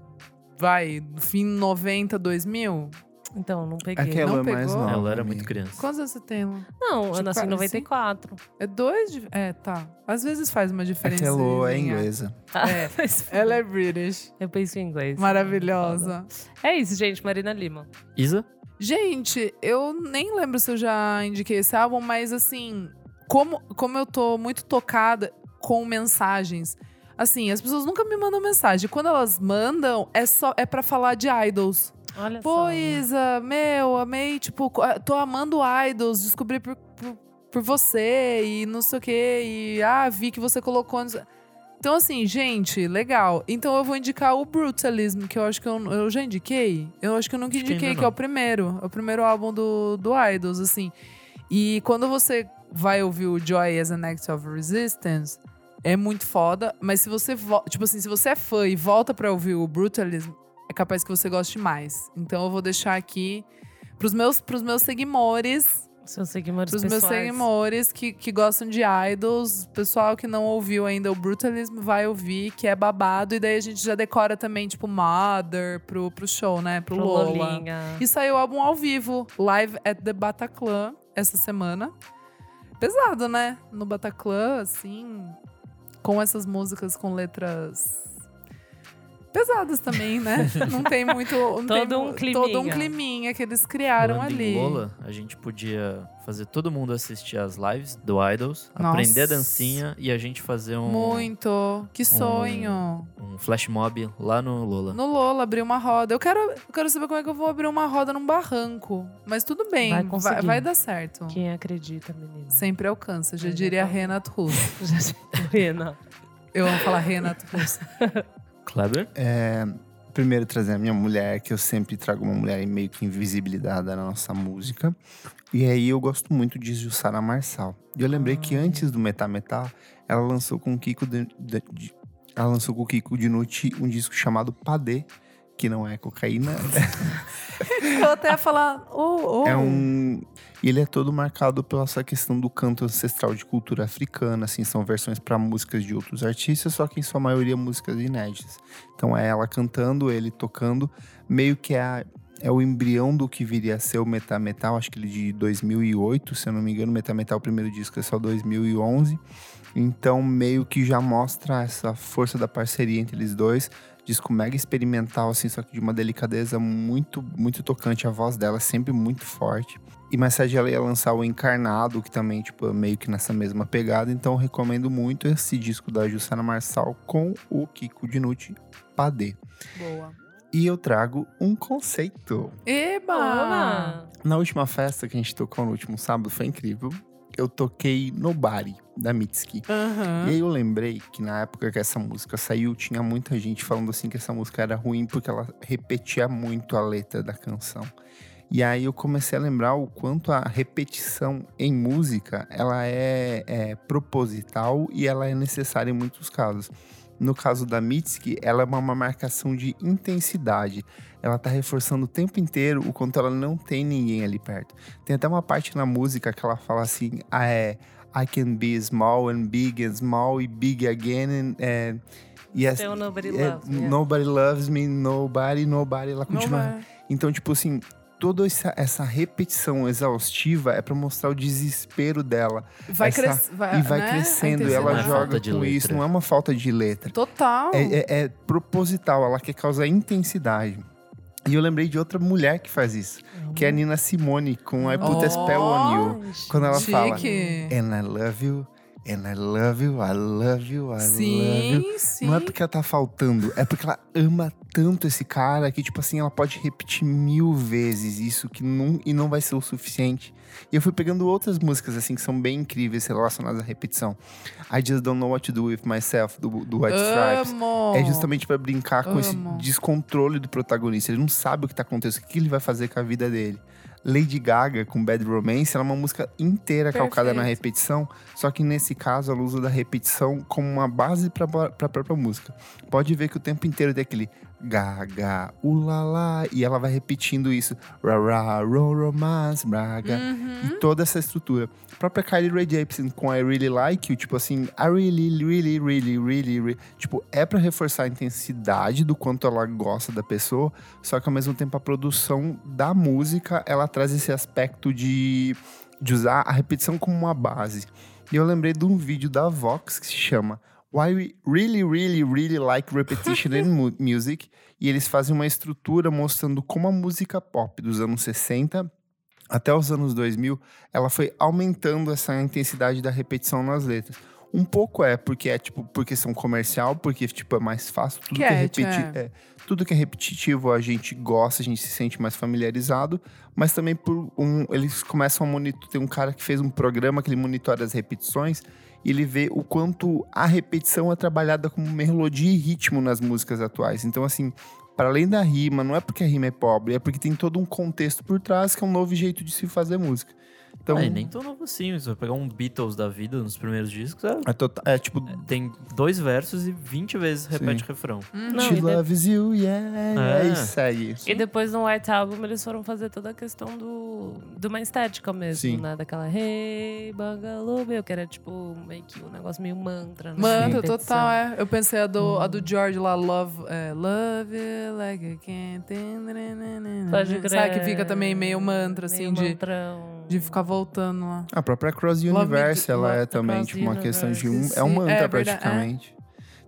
S3: vai, no fim 90, 2000.
S4: Então, não peguei.
S2: Aquela
S3: Não
S2: é mais
S3: pegou?
S2: nova.
S1: Ela era
S2: amiga.
S1: muito criança.
S3: Quantos anos você tem, Elô?
S4: Não, eu
S3: Tipo,
S4: nasci em
S3: assim?
S4: 94.
S3: É dois? De... É, tá. Às vezes faz uma diferença.
S2: Aquela é
S3: em-
S2: inglesa.
S3: É.
S4: Mas
S3: Ela é British.
S4: Eu penso em inglês.
S3: Maravilhosa.
S4: É isso, gente, Marina Lima.
S1: Isa?
S3: Gente, eu nem lembro se eu já indiquei esse álbum, mas assim, como, como eu tô muito tocada com mensagens. Assim, as pessoas nunca me mandam mensagem. Quando elas mandam, é só é para falar de idols.
S4: Olha
S3: Pô,
S4: É só.
S3: Isa, meu, amei, tipo, co- ah, tô amando idols, descobri por, por, por você e não sei o quê, e ah, vi que você colocou. nos- Então, assim, gente, legal. Então eu vou indicar o Brutalism, que eu acho que eu, eu já indiquei. Eu acho que eu nunca
S1: Acho que
S3: indiquei,
S1: ainda
S3: que, é o
S1: não.
S3: primeiro. É o primeiro álbum do, do Idols, assim. E quando você vai ouvir o Joy as an Act of Resistance, é muito foda. Mas se você, vo- tipo assim, se você é fã e volta pra ouvir o Brutalism, é capaz que você goste mais. Então eu vou deixar aqui pros meus, pros meus seguidores,
S4: Seus seguidores
S3: pros meus
S4: pessoais.
S3: seguidores que, que gostam de idols, pessoal que não ouviu ainda o Brutalism vai ouvir, que é babado. E daí a gente já decora também, tipo, Mother pro, pro show, né? Pro,
S4: Pro
S3: Lola.
S4: Lolinha.
S3: E saiu o álbum ao vivo, live at the Bataclan, essa semana. Pesado, né? No Bataclan, assim, com essas músicas com letras pesadas também, né? Não tem muito. Não
S4: Todo
S3: tem,
S4: um
S3: mu- Todo um
S4: climinha.
S3: climinha que eles criaram
S1: Falando em
S3: ali.
S1: Lola, a gente podia fazer todo mundo assistir as lives do Idols,
S3: Nossa.
S1: aprender a dancinha e a gente fazer um,
S3: Muito. Que sonho.
S1: um flash mob lá no Lola.
S3: No Lola, abrir uma roda. Eu quero, eu quero saber como é que eu vou abrir uma roda num barranco. Mas tudo bem,
S4: Vai
S3: vai,
S4: conseguir.
S3: vai dar certo.
S4: Quem acredita, menina?
S3: Sempre alcança, já
S4: Vai dar
S3: diria
S4: certo.
S3: Renat Russo.
S4: Marina.
S3: Eu amo falar Renato Russo.
S1: Kleber?
S2: É, primeiro trazer a minha mulher, que eu sempre trago uma mulher meio que invisibilizada na nossa música. E aí eu gosto muito de Jussara Marçal. E eu lembrei que antes do Metal Metal, ela lançou com o Kiko de, de- de- ela lançou com o Kiko Dinucci um disco chamado Padê, que não é cocaína,
S3: Eu até ia falar. Oh, oh.
S2: É um. e Ele é todo marcado pela essa questão do canto ancestral de cultura africana, assim, são versões para músicas de outros artistas, só que em sua maioria músicas inéditas. Então é ela cantando, ele tocando, meio que é a é o embrião do que viria a ser o Metametal, acho que ele de 2008, se eu não me engano, Metametal, o primeiro disco é só 2011. Então, meio que já mostra essa força da parceria entre eles dois. Disco mega experimental, assim, só que de uma delicadeza muito, muito tocante. A voz dela é sempre muito forte. E mais tarde ela ia lançar o Encarnado, que também, tipo, é meio que nessa mesma pegada. Então, recomendo muito esse disco da Jussara Marçal com o Kiko Dinucci, Padê.
S3: Boa.
S2: E eu trago um conceito.
S3: Eba!
S4: Boa!
S2: Na última festa que a gente tocou no último sábado, foi incrível. Eu toquei no Bari, da Mitski.
S3: Aham.
S2: E aí eu lembrei que na época que essa música saiu, tinha muita gente falando assim que essa música era ruim porque ela repetia muito a letra da canção. E aí eu comecei a lembrar o quanto a repetição em música, ela é, é proposital e ela é necessária em muitos casos. No caso da Mitski, ela é uma- uma marcação de intensidade. Ela tá reforçando o tempo inteiro o quanto ela não tem ninguém ali perto. Tem até uma parte na música que ela fala assim, ah, é, I can be small and big and small and big again and, é, and yes,
S4: Still Então, nobody
S2: eh,
S4: loves me. é.
S2: nobody loves me, nobody, nobody. Ela
S3: Não
S2: continua.
S3: vai.
S2: Então, tipo assim, toda essa, essa repetição exaustiva é pra mostrar o desespero dela.
S3: Vai,
S2: Essa-
S3: cres-
S4: É,
S2: e vai
S3: né?
S2: crescendo, e
S3: A
S1: Não
S2: ela
S1: é
S3: intensidade.
S2: joga
S1: falta de
S2: com
S1: letra.
S2: isso. Não é uma falta de letra.
S3: Total.
S2: É, é- é proposital, ela quer causar intensidade. E eu lembrei de outra mulher que faz isso, que é a Nina Simone com I Put a é Spell on You. Quando ela fala,
S3: Chique.
S2: And I love you, and I love you, I love you, I love you.
S3: Sim, sim.
S2: Não é porque ela tá faltando, é porque ela ama tanto esse cara que, tipo assim, ela pode repetir mil vezes isso que não, e não vai ser o suficiente. E eu fui pegando outras músicas, assim, que são bem incríveis relacionadas à repetição. I Just Don't Know What to Do With Myself, do, do White Stripes.
S3: Amo.
S2: É justamente pra brincar com esse
S3: Amo.
S2: descontrole do protagonista. Ele não sabe o que tá acontecendo, o que ele vai fazer com a vida dele. Lady Gaga com Bad Romance, ela é uma música inteira calcada na
S3: Perfeito.
S2: repetição, só que nesse caso ela usa da repetição como uma base pra, pra própria música. Pode ver que o tempo inteiro tem aquele gaga, ulala, e ela vai repetindo isso. Ra, ra, ro, romance, braga
S3: Uhum.
S2: e toda essa estrutura. A própria Kylie Rae Jepsen com I Really Like You, tipo assim, I really, really, really, really, really. Tipo, é pra reforçar a intensidade do quanto ela gosta da pessoa, só que ao mesmo tempo a produção da música, ela traz esse aspecto de, de usar a repetição como uma base. E eu lembrei de um vídeo da Vox que se chama Why We Really, Really, Really Like Repetition in Mu- Music. E eles fazem uma estrutura mostrando como a música pop dos anos 60 até os anos 2000, ela foi aumentando essa intensidade da repetição nas letras. Um pouco é porque é tipo por questão comercial, porque tipo é mais fácil tudo que, é,
S3: Cat,
S2: repeti- é, tudo que é repetitivo a gente gosta, a gente se sente mais familiarizado, mas também por um eles começam a monitorar, tem um cara que fez um programa que ele monitora as repetições e ele vê o quanto a repetição é trabalhada como melodia e ritmo nas músicas atuais. Então assim, para além da rima, não é porque a rima é pobre, é porque tem todo um contexto por trás que é um novo jeito de se fazer música. Então,
S1: Ah, e nem tão novo assim. Se eu pegar um Beatles da vida nos primeiros discos, é-
S2: é, tota- é tipo,
S1: tem dois versos e 20 vezes repete o refrão.
S4: Não,
S2: she
S4: e de-
S2: loves you, yeah,
S1: É.
S2: e segue.
S4: E depois no White Album eles foram fazer toda a questão do, de uma estética mesmo,
S2: Sim.
S4: né? Daquela Hey, Bangalô, meu", que era tipo meio que um negócio meio mantra. Né?
S3: Mano,
S4: Repetição.
S3: total, é. Eu pensei a do, a
S4: Hum.
S3: do George lá, Love, é, love you like I can't.
S4: Pode crer.
S3: Sabe que fica também meio mantra, assim,
S4: Meio
S3: de,
S4: mantrão.
S3: de ficar voltando lá.
S2: A própria Cross
S3: me-
S2: Universe, ela é
S4: Love
S2: também
S4: Cross
S2: tipo uma questão de um,
S4: Universe,
S2: é um
S3: sim.
S2: mantra
S3: É verdade, é.
S2: praticamente.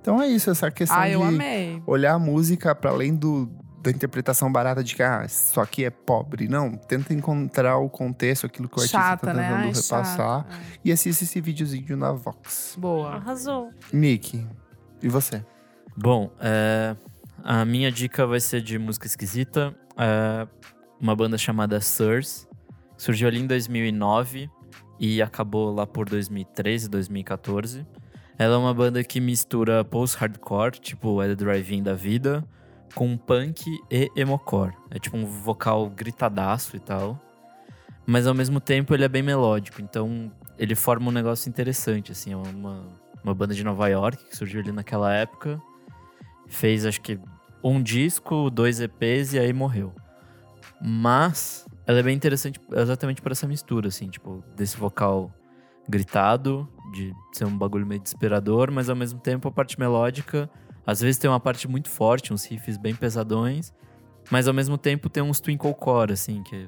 S2: Então é isso, essa questão
S3: Ah,
S2: de
S3: eu amei.
S2: olhar a música para além do, da interpretação barata de que ah, isso aqui é pobre. Não, tenta encontrar o contexto, aquilo que o artista
S3: Chata,
S2: tá
S3: né?
S2: tentando
S3: Ai,
S2: repassar.
S3: chata. É.
S2: E assiste esse videozinho na Vox.
S3: Boa.
S4: Arrasou.
S2: Nick, e você?
S1: Bom, é, a minha dica vai ser de música esquisita. É, uma banda chamada Sirs. Surgiu ali em 2009 e acabou lá por 2013, 2014. Ela é uma banda que mistura post-hardcore, tipo é The Drive-In da vida, com punk e emocore. É tipo um vocal gritadaço e tal. Mas ao mesmo tempo ele é bem melódico, então ele forma um negócio interessante, assim. É uma, uma banda de Nova York que surgiu ali naquela época. Fez acho que um disco, dois EPs e aí morreu. Mas ela é bem interessante exatamente por essa mistura, assim, tipo, desse vocal gritado, de ser um bagulho meio desesperador, mas ao mesmo tempo a parte melódica, às vezes tem uma parte muito forte, uns riffs bem pesadões, Mas ao mesmo tempo tem uns twinklecore, assim, que.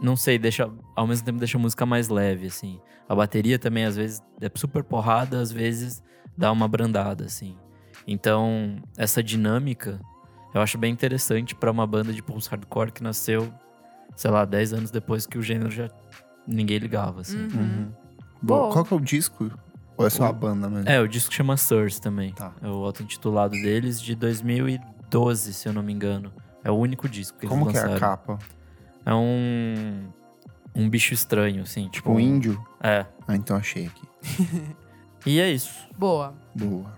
S1: Não sei, deixa. Ao mesmo tempo deixa a música mais leve, assim. A bateria também, às vezes, é super porrada, às vezes dá uma brandada, assim. Então, essa dinâmica eu acho bem interessante pra uma banda de post-hardcore que nasceu, sei lá, 10 anos depois que o gênero já ninguém ligava, assim.
S3: Uhum.
S2: Boa.
S3: Boa.
S2: Qual que é o disco? Ou é só a banda mesmo?
S1: É, o disco chama Source também.
S2: Tá.
S1: É o auto-intitulado deles de 2012, se eu não me engano. É o único disco que
S2: Como
S1: eles
S2: que é
S1: lançaram.
S2: a capa?
S1: É um. Um bicho estranho, assim. Tipo,
S2: Tipo, índio?
S1: É.
S2: Ah, então achei aqui.
S1: E é isso.
S3: Boa.
S2: Boa.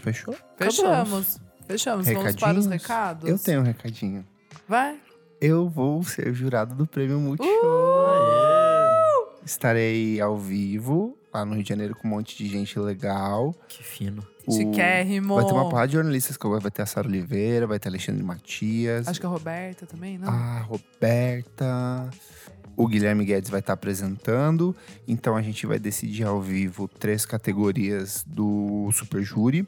S2: Fechou?
S3: Fechamos. Fechamos. Vamos para os recados?
S2: Eu tenho um recadinho.
S3: Vai?
S2: Eu vou ser jurado do Prêmio Multishow.
S3: Uh!
S2: Estarei ao vivo lá no Rio de Janeiro com um monte de gente legal.
S1: Que fino.
S2: O-
S3: Chiquérrimo.
S2: Vai ter uma porrada de jornalistas que eu- vai ter a Sara Oliveira, vai ter Alexandre Matias,
S3: Acho que a Roberta também, não?
S2: a Roberta. O Guilherme Guedes vai estar apresentando. Então a gente vai decidir ao vivo três categorias do Super Júri,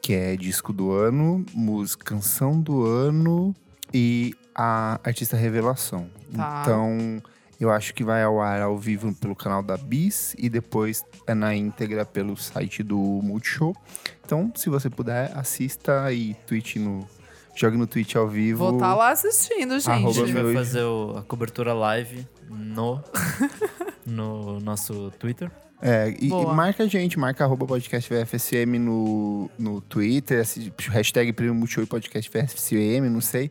S2: que é disco do ano, música, canção do ano e a artista revelação.
S3: Tá.
S2: Então eu acho que vai ao ar ao vivo pelo canal da Bis e depois é na íntegra pelo site do Multishow. Então, se você puder, assista e tweet no. Jogue no Twitch ao vivo.
S3: Vou estar lá assistindo, gente.
S1: A
S2: Arroba
S1: gente vai
S2: meu-
S1: fazer o- a cobertura live no. no nosso Twitter.
S2: É, e, e
S3: Boa.
S2: marca a gente, marca arroba podcast VFSM no, no Twitter, esse- hashtag Prêmio Multishow e podcast VFSM, não sei.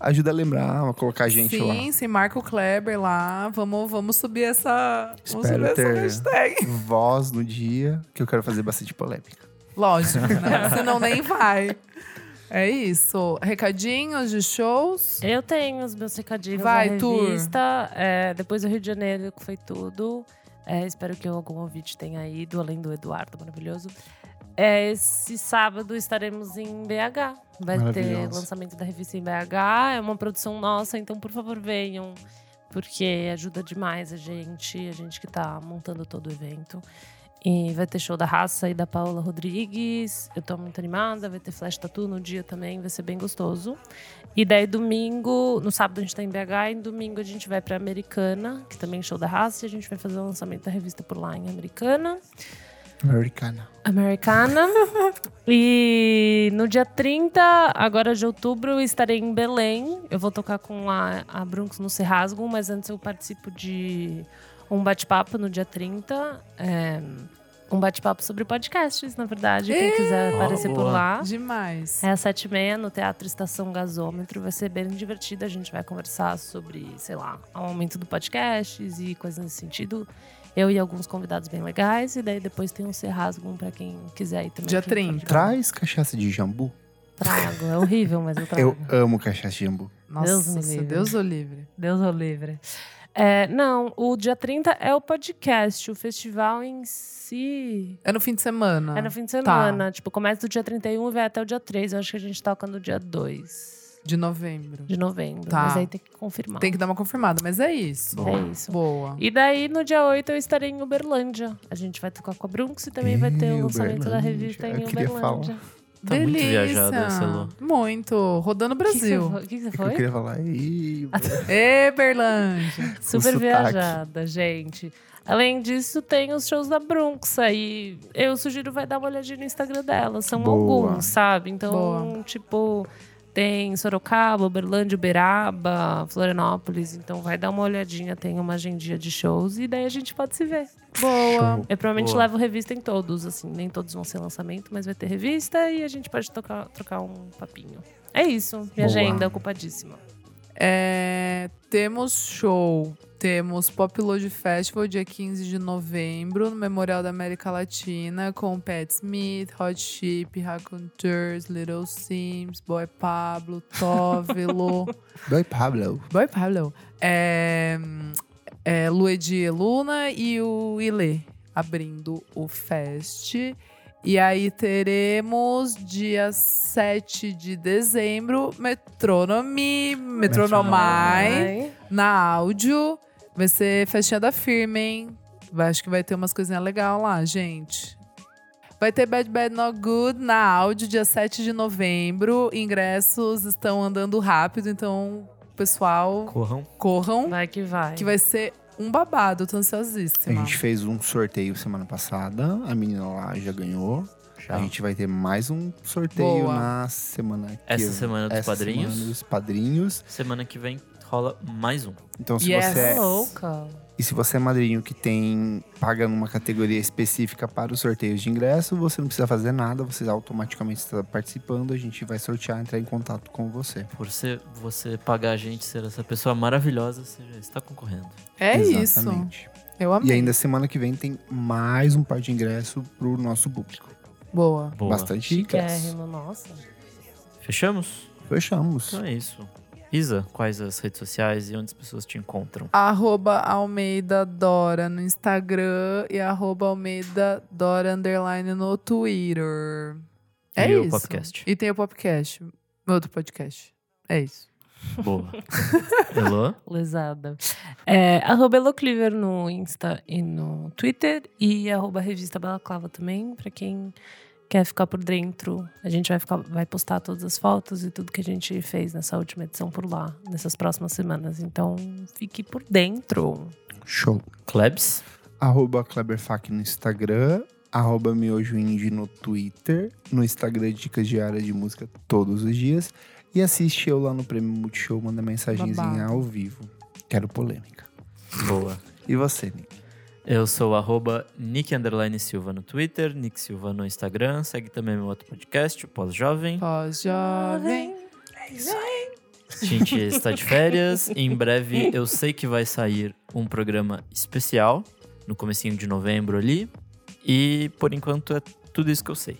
S2: Ajuda a lembrar, a colocar a gente lá.
S3: Sim, sim, marca o Kleber lá. Vamos, vamos subir essa. Vamos
S2: Espero
S3: subir
S2: ter-
S3: essa hashtag.
S2: Voz no dia, que eu quero fazer bastante polêmica.
S3: Lógico, né? Senão nem vai. É isso. Recadinhos de shows.
S4: Eu tenho os meus recadinhos
S3: Vai,
S4: da
S3: Tur.
S4: revista. É, depois do Rio de Janeiro, que foi tudo. É, espero que algum ouvinte tenha ido, além do Eduardo, maravilhoso. É, esse sábado estaremos em BH. Vai ter
S2: Maravilhoso.
S4: lançamento da revista em BH. É uma produção nossa, então por favor venham. Porque ajuda demais a gente, a gente que tá montando todo o evento. E vai ter show da Raça e da Paula Rodrigues. Eu tô muito animada. Vai ter Flash Tattoo no dia também, vai ser bem gostoso. E daí domingo, no sábado a gente tá em BH, e no domingo a gente vai pra Americana, que também é show da Raça, e a gente vai fazer o lançamento da revista por lá em Americana.
S2: Americana.
S4: Americana. e no dia 30, agora de outubro, eu estarei em Belém. Eu vou tocar com a, a Brunx no Serrasgo, mas antes eu participo de um bate-papo no dia 30. é, um bate-papo sobre podcasts, na verdade. Quem quiser
S1: Ó,
S4: aparecer por
S1: boa.
S4: lá.
S3: Demais.
S4: É às sete e meia no Teatro Estação Gasômetro. Vai ser bem divertido. A gente vai conversar sobre, sei lá, o aumento do podcast e coisas nesse sentido. Eu e alguns convidados bem legais. E daí depois tem um Serrasgum pra quem quiser ir também.
S3: Dia
S4: que eu
S3: 30.
S2: Traz cachaça de jambu.
S4: Trago. É horrível, mas
S3: Tá.
S4: eu trago.
S2: Eu amo cachaça de jambu.
S4: Deus
S3: Nossa,
S4: me
S3: se
S4: livre.
S3: Deus o livre.
S4: Deus o livre. É, não, o dia 30 é o podcast. O festival em si
S3: É no fim de semana.
S4: é no fim de semana. Tipo, começa do dia 31 e vai até o dia 3. Eu acho que a gente toca no dia 2
S3: De novembro.
S4: de novembro.
S3: Tá.
S4: Mas aí tem que confirmar.
S3: Tem que dar uma confirmada, mas é isso.
S4: É isso.
S3: Boa.
S4: E daí, no dia 8, eu estarei em Uberlândia. A gente vai tocar com a Brunx e também vai ter
S2: Ih,
S4: o lançamento da
S2: Uberlândia.
S4: revista
S2: Eu
S4: em
S2: queria falar.
S4: Uberlândia.
S1: Tá muito viajada essa Lu.
S3: Muito. Rodando o Brasil.
S4: O que, que você
S2: É que eu
S4: foi?
S2: queria falar. Ih,
S3: Ê, Berlândia.
S4: Super
S2: sotaque.
S4: viajada, gente. Além disso, tem os shows da Brunx aí. Eu sugiro vai dar uma olhadinha no Instagram dela. São
S2: Boa.
S4: alguns, sabe? Então,
S3: Boa.
S4: tipo, tem Sorocaba, Uberlândia, Uberaba, Florianópolis. Então, vai dar uma olhadinha. Tem uma agendinha de shows e daí a gente pode se ver.
S3: Boa.
S2: show.
S4: Eu provavelmente
S1: Boa.
S4: levo revista em todos, assim. Nem todos vão ser lançamento, mas vai ter revista e a gente pode tocar, trocar um papinho. É isso.
S2: Boa.
S4: Minha agenda ocupadíssima.
S3: É, temos show. Temos Pop Load Festival, dia 15 de novembro, no Memorial da América Latina, com Pat Smith, Hot Chip, Raconteurs, Little Sims, Boy Pablo, Tovelo.
S2: Doi Pablo.
S3: Boy Pablo. É, é, Luedi e Luna e o Ile abrindo o Fest. E aí teremos dia 7 de dezembro, Metronomy, Metronomai, na áudio. Vai ser festinha da firma, hein? Vai- Acho que vai ter umas coisinhas legais lá, gente. Vai ter Bad Bad Not Good na áudio, dia 7 de novembro. Ingressos estão andando rápido, então, pessoal,
S1: Corram.
S3: corram,
S4: Vai que vai.
S3: que vai ser um babado. Tô
S2: A
S3: ansiosíssima.
S2: gente fez um sorteio semana passada, a menina lá já ganhou.
S1: Já.
S2: A gente vai ter mais um sorteio
S3: Boa.
S2: na semana que
S1: Essa semana dos
S2: essa
S1: padrinhos.
S2: semana dos padrinhos.
S1: Semana que vem rola mais um.
S2: Então, se
S3: Yes.
S2: você
S4: Tá
S2: é,
S4: louca.
S2: e se você é madrinho que tem paga numa categoria específica para os sorteios de ingresso, você não precisa fazer nada, você automaticamente está participando. A gente vai sortear, entrar em contato com você.
S1: Por ser, você pagar a gente ser essa pessoa maravilhosa, você já está concorrendo.
S3: É isso.
S2: Exatamente.
S3: Eu amei.
S2: E ainda semana que vem tem mais um par de ingresso para o nosso público.
S3: Boa.
S1: Boa.
S2: Bastante ingresso.
S4: Chiquérrimo, nossa.
S1: Fechamos?
S2: Fechamos.
S1: Então é isso. Isa, quais as redes sociais e onde as pessoas te encontram?
S3: Arroba Almeida Dora no Instagram e arroba Almeida Dora underline no Twitter. É
S1: E o
S3: isso.
S1: podcast.
S3: E tem o podcast. Meu outro podcast. É isso.
S1: Boa. Elô?
S4: Lesada. É, arroba Elocliver no Insta e no Twitter. E arroba Revista Balaclava também, pra quem quer ficar por dentro. A gente vai, ficar, vai postar todas as fotos e tudo que a gente fez nessa última edição por lá, nessas próximas semanas. Então, fique por dentro.
S2: Show.
S1: Klebs?
S2: arroba Kleberfac no Instagram, arroba miojoindie no Twitter, no Instagram dicas diárias de música todos os dias e assiste eu lá no Prêmio Multishow, manda mensagenzinha
S3: Babado.
S2: ao vivo. Quero polêmica.
S1: Boa.
S2: E você, Nick?
S1: Eu sou o arroba Nick Underline Silva no Twitter, Nick Silva no Instagram. Segue também meu outro podcast, o Pós-Jovem.
S3: Pós-jovem.
S1: A gente está de férias. Em breve eu sei que vai sair um programa especial no comecinho de novembro ali. E por enquanto é tudo isso que eu sei.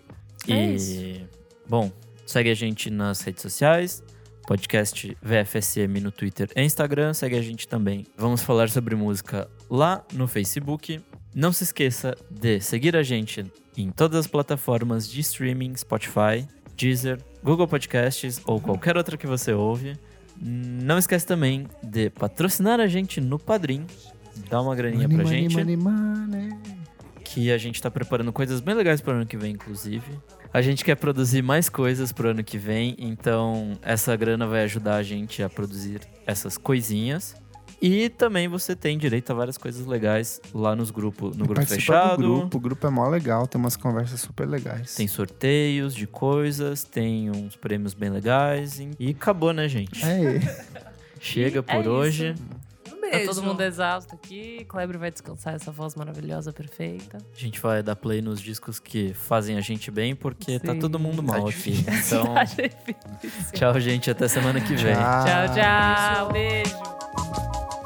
S4: É
S1: e
S4: isso.
S1: bom, segue a gente nas redes sociais, podcast VFSM no Twitter e Instagram, segue a gente também. Vamos falar sobre música lá no Facebook. Não se esqueça de seguir a gente em todas as plataformas de streaming, Spotify, Deezer, Google Podcasts ou qualquer outra que você ouve. Não esquece também de patrocinar a gente no Padrim. Dá uma graninha pra gente.
S2: money, money.
S1: Que a gente tá preparando coisas bem legais pro ano que vem, inclusive. A gente quer produzir mais coisas pro ano que vem, então essa grana vai ajudar a gente a produzir essas coisinhas. E também você tem direito a várias coisas legais lá nos grupo, no grupo
S2: Participa
S1: fechado.
S2: Do grupo. O grupo é mó legal, tem umas conversas super legais.
S1: Tem sorteios de coisas, tem uns prêmios bem legais. e- E acabou, né, gente?
S2: É,
S1: Chega por
S4: É isso.
S1: hoje.
S3: Um
S4: Tá
S3: beijo.
S4: todo mundo exausto aqui. Kleber vai descansar essa voz maravilhosa, perfeita.
S1: A gente vai dar play nos discos que fazem a gente bem, porque tá
S3: Sim.
S1: todo mundo mal aqui. Então,
S4: Tá difícil.
S1: tchau, gente. Até semana que vem.
S3: Ah.
S4: Tchau, tchau. Beijo.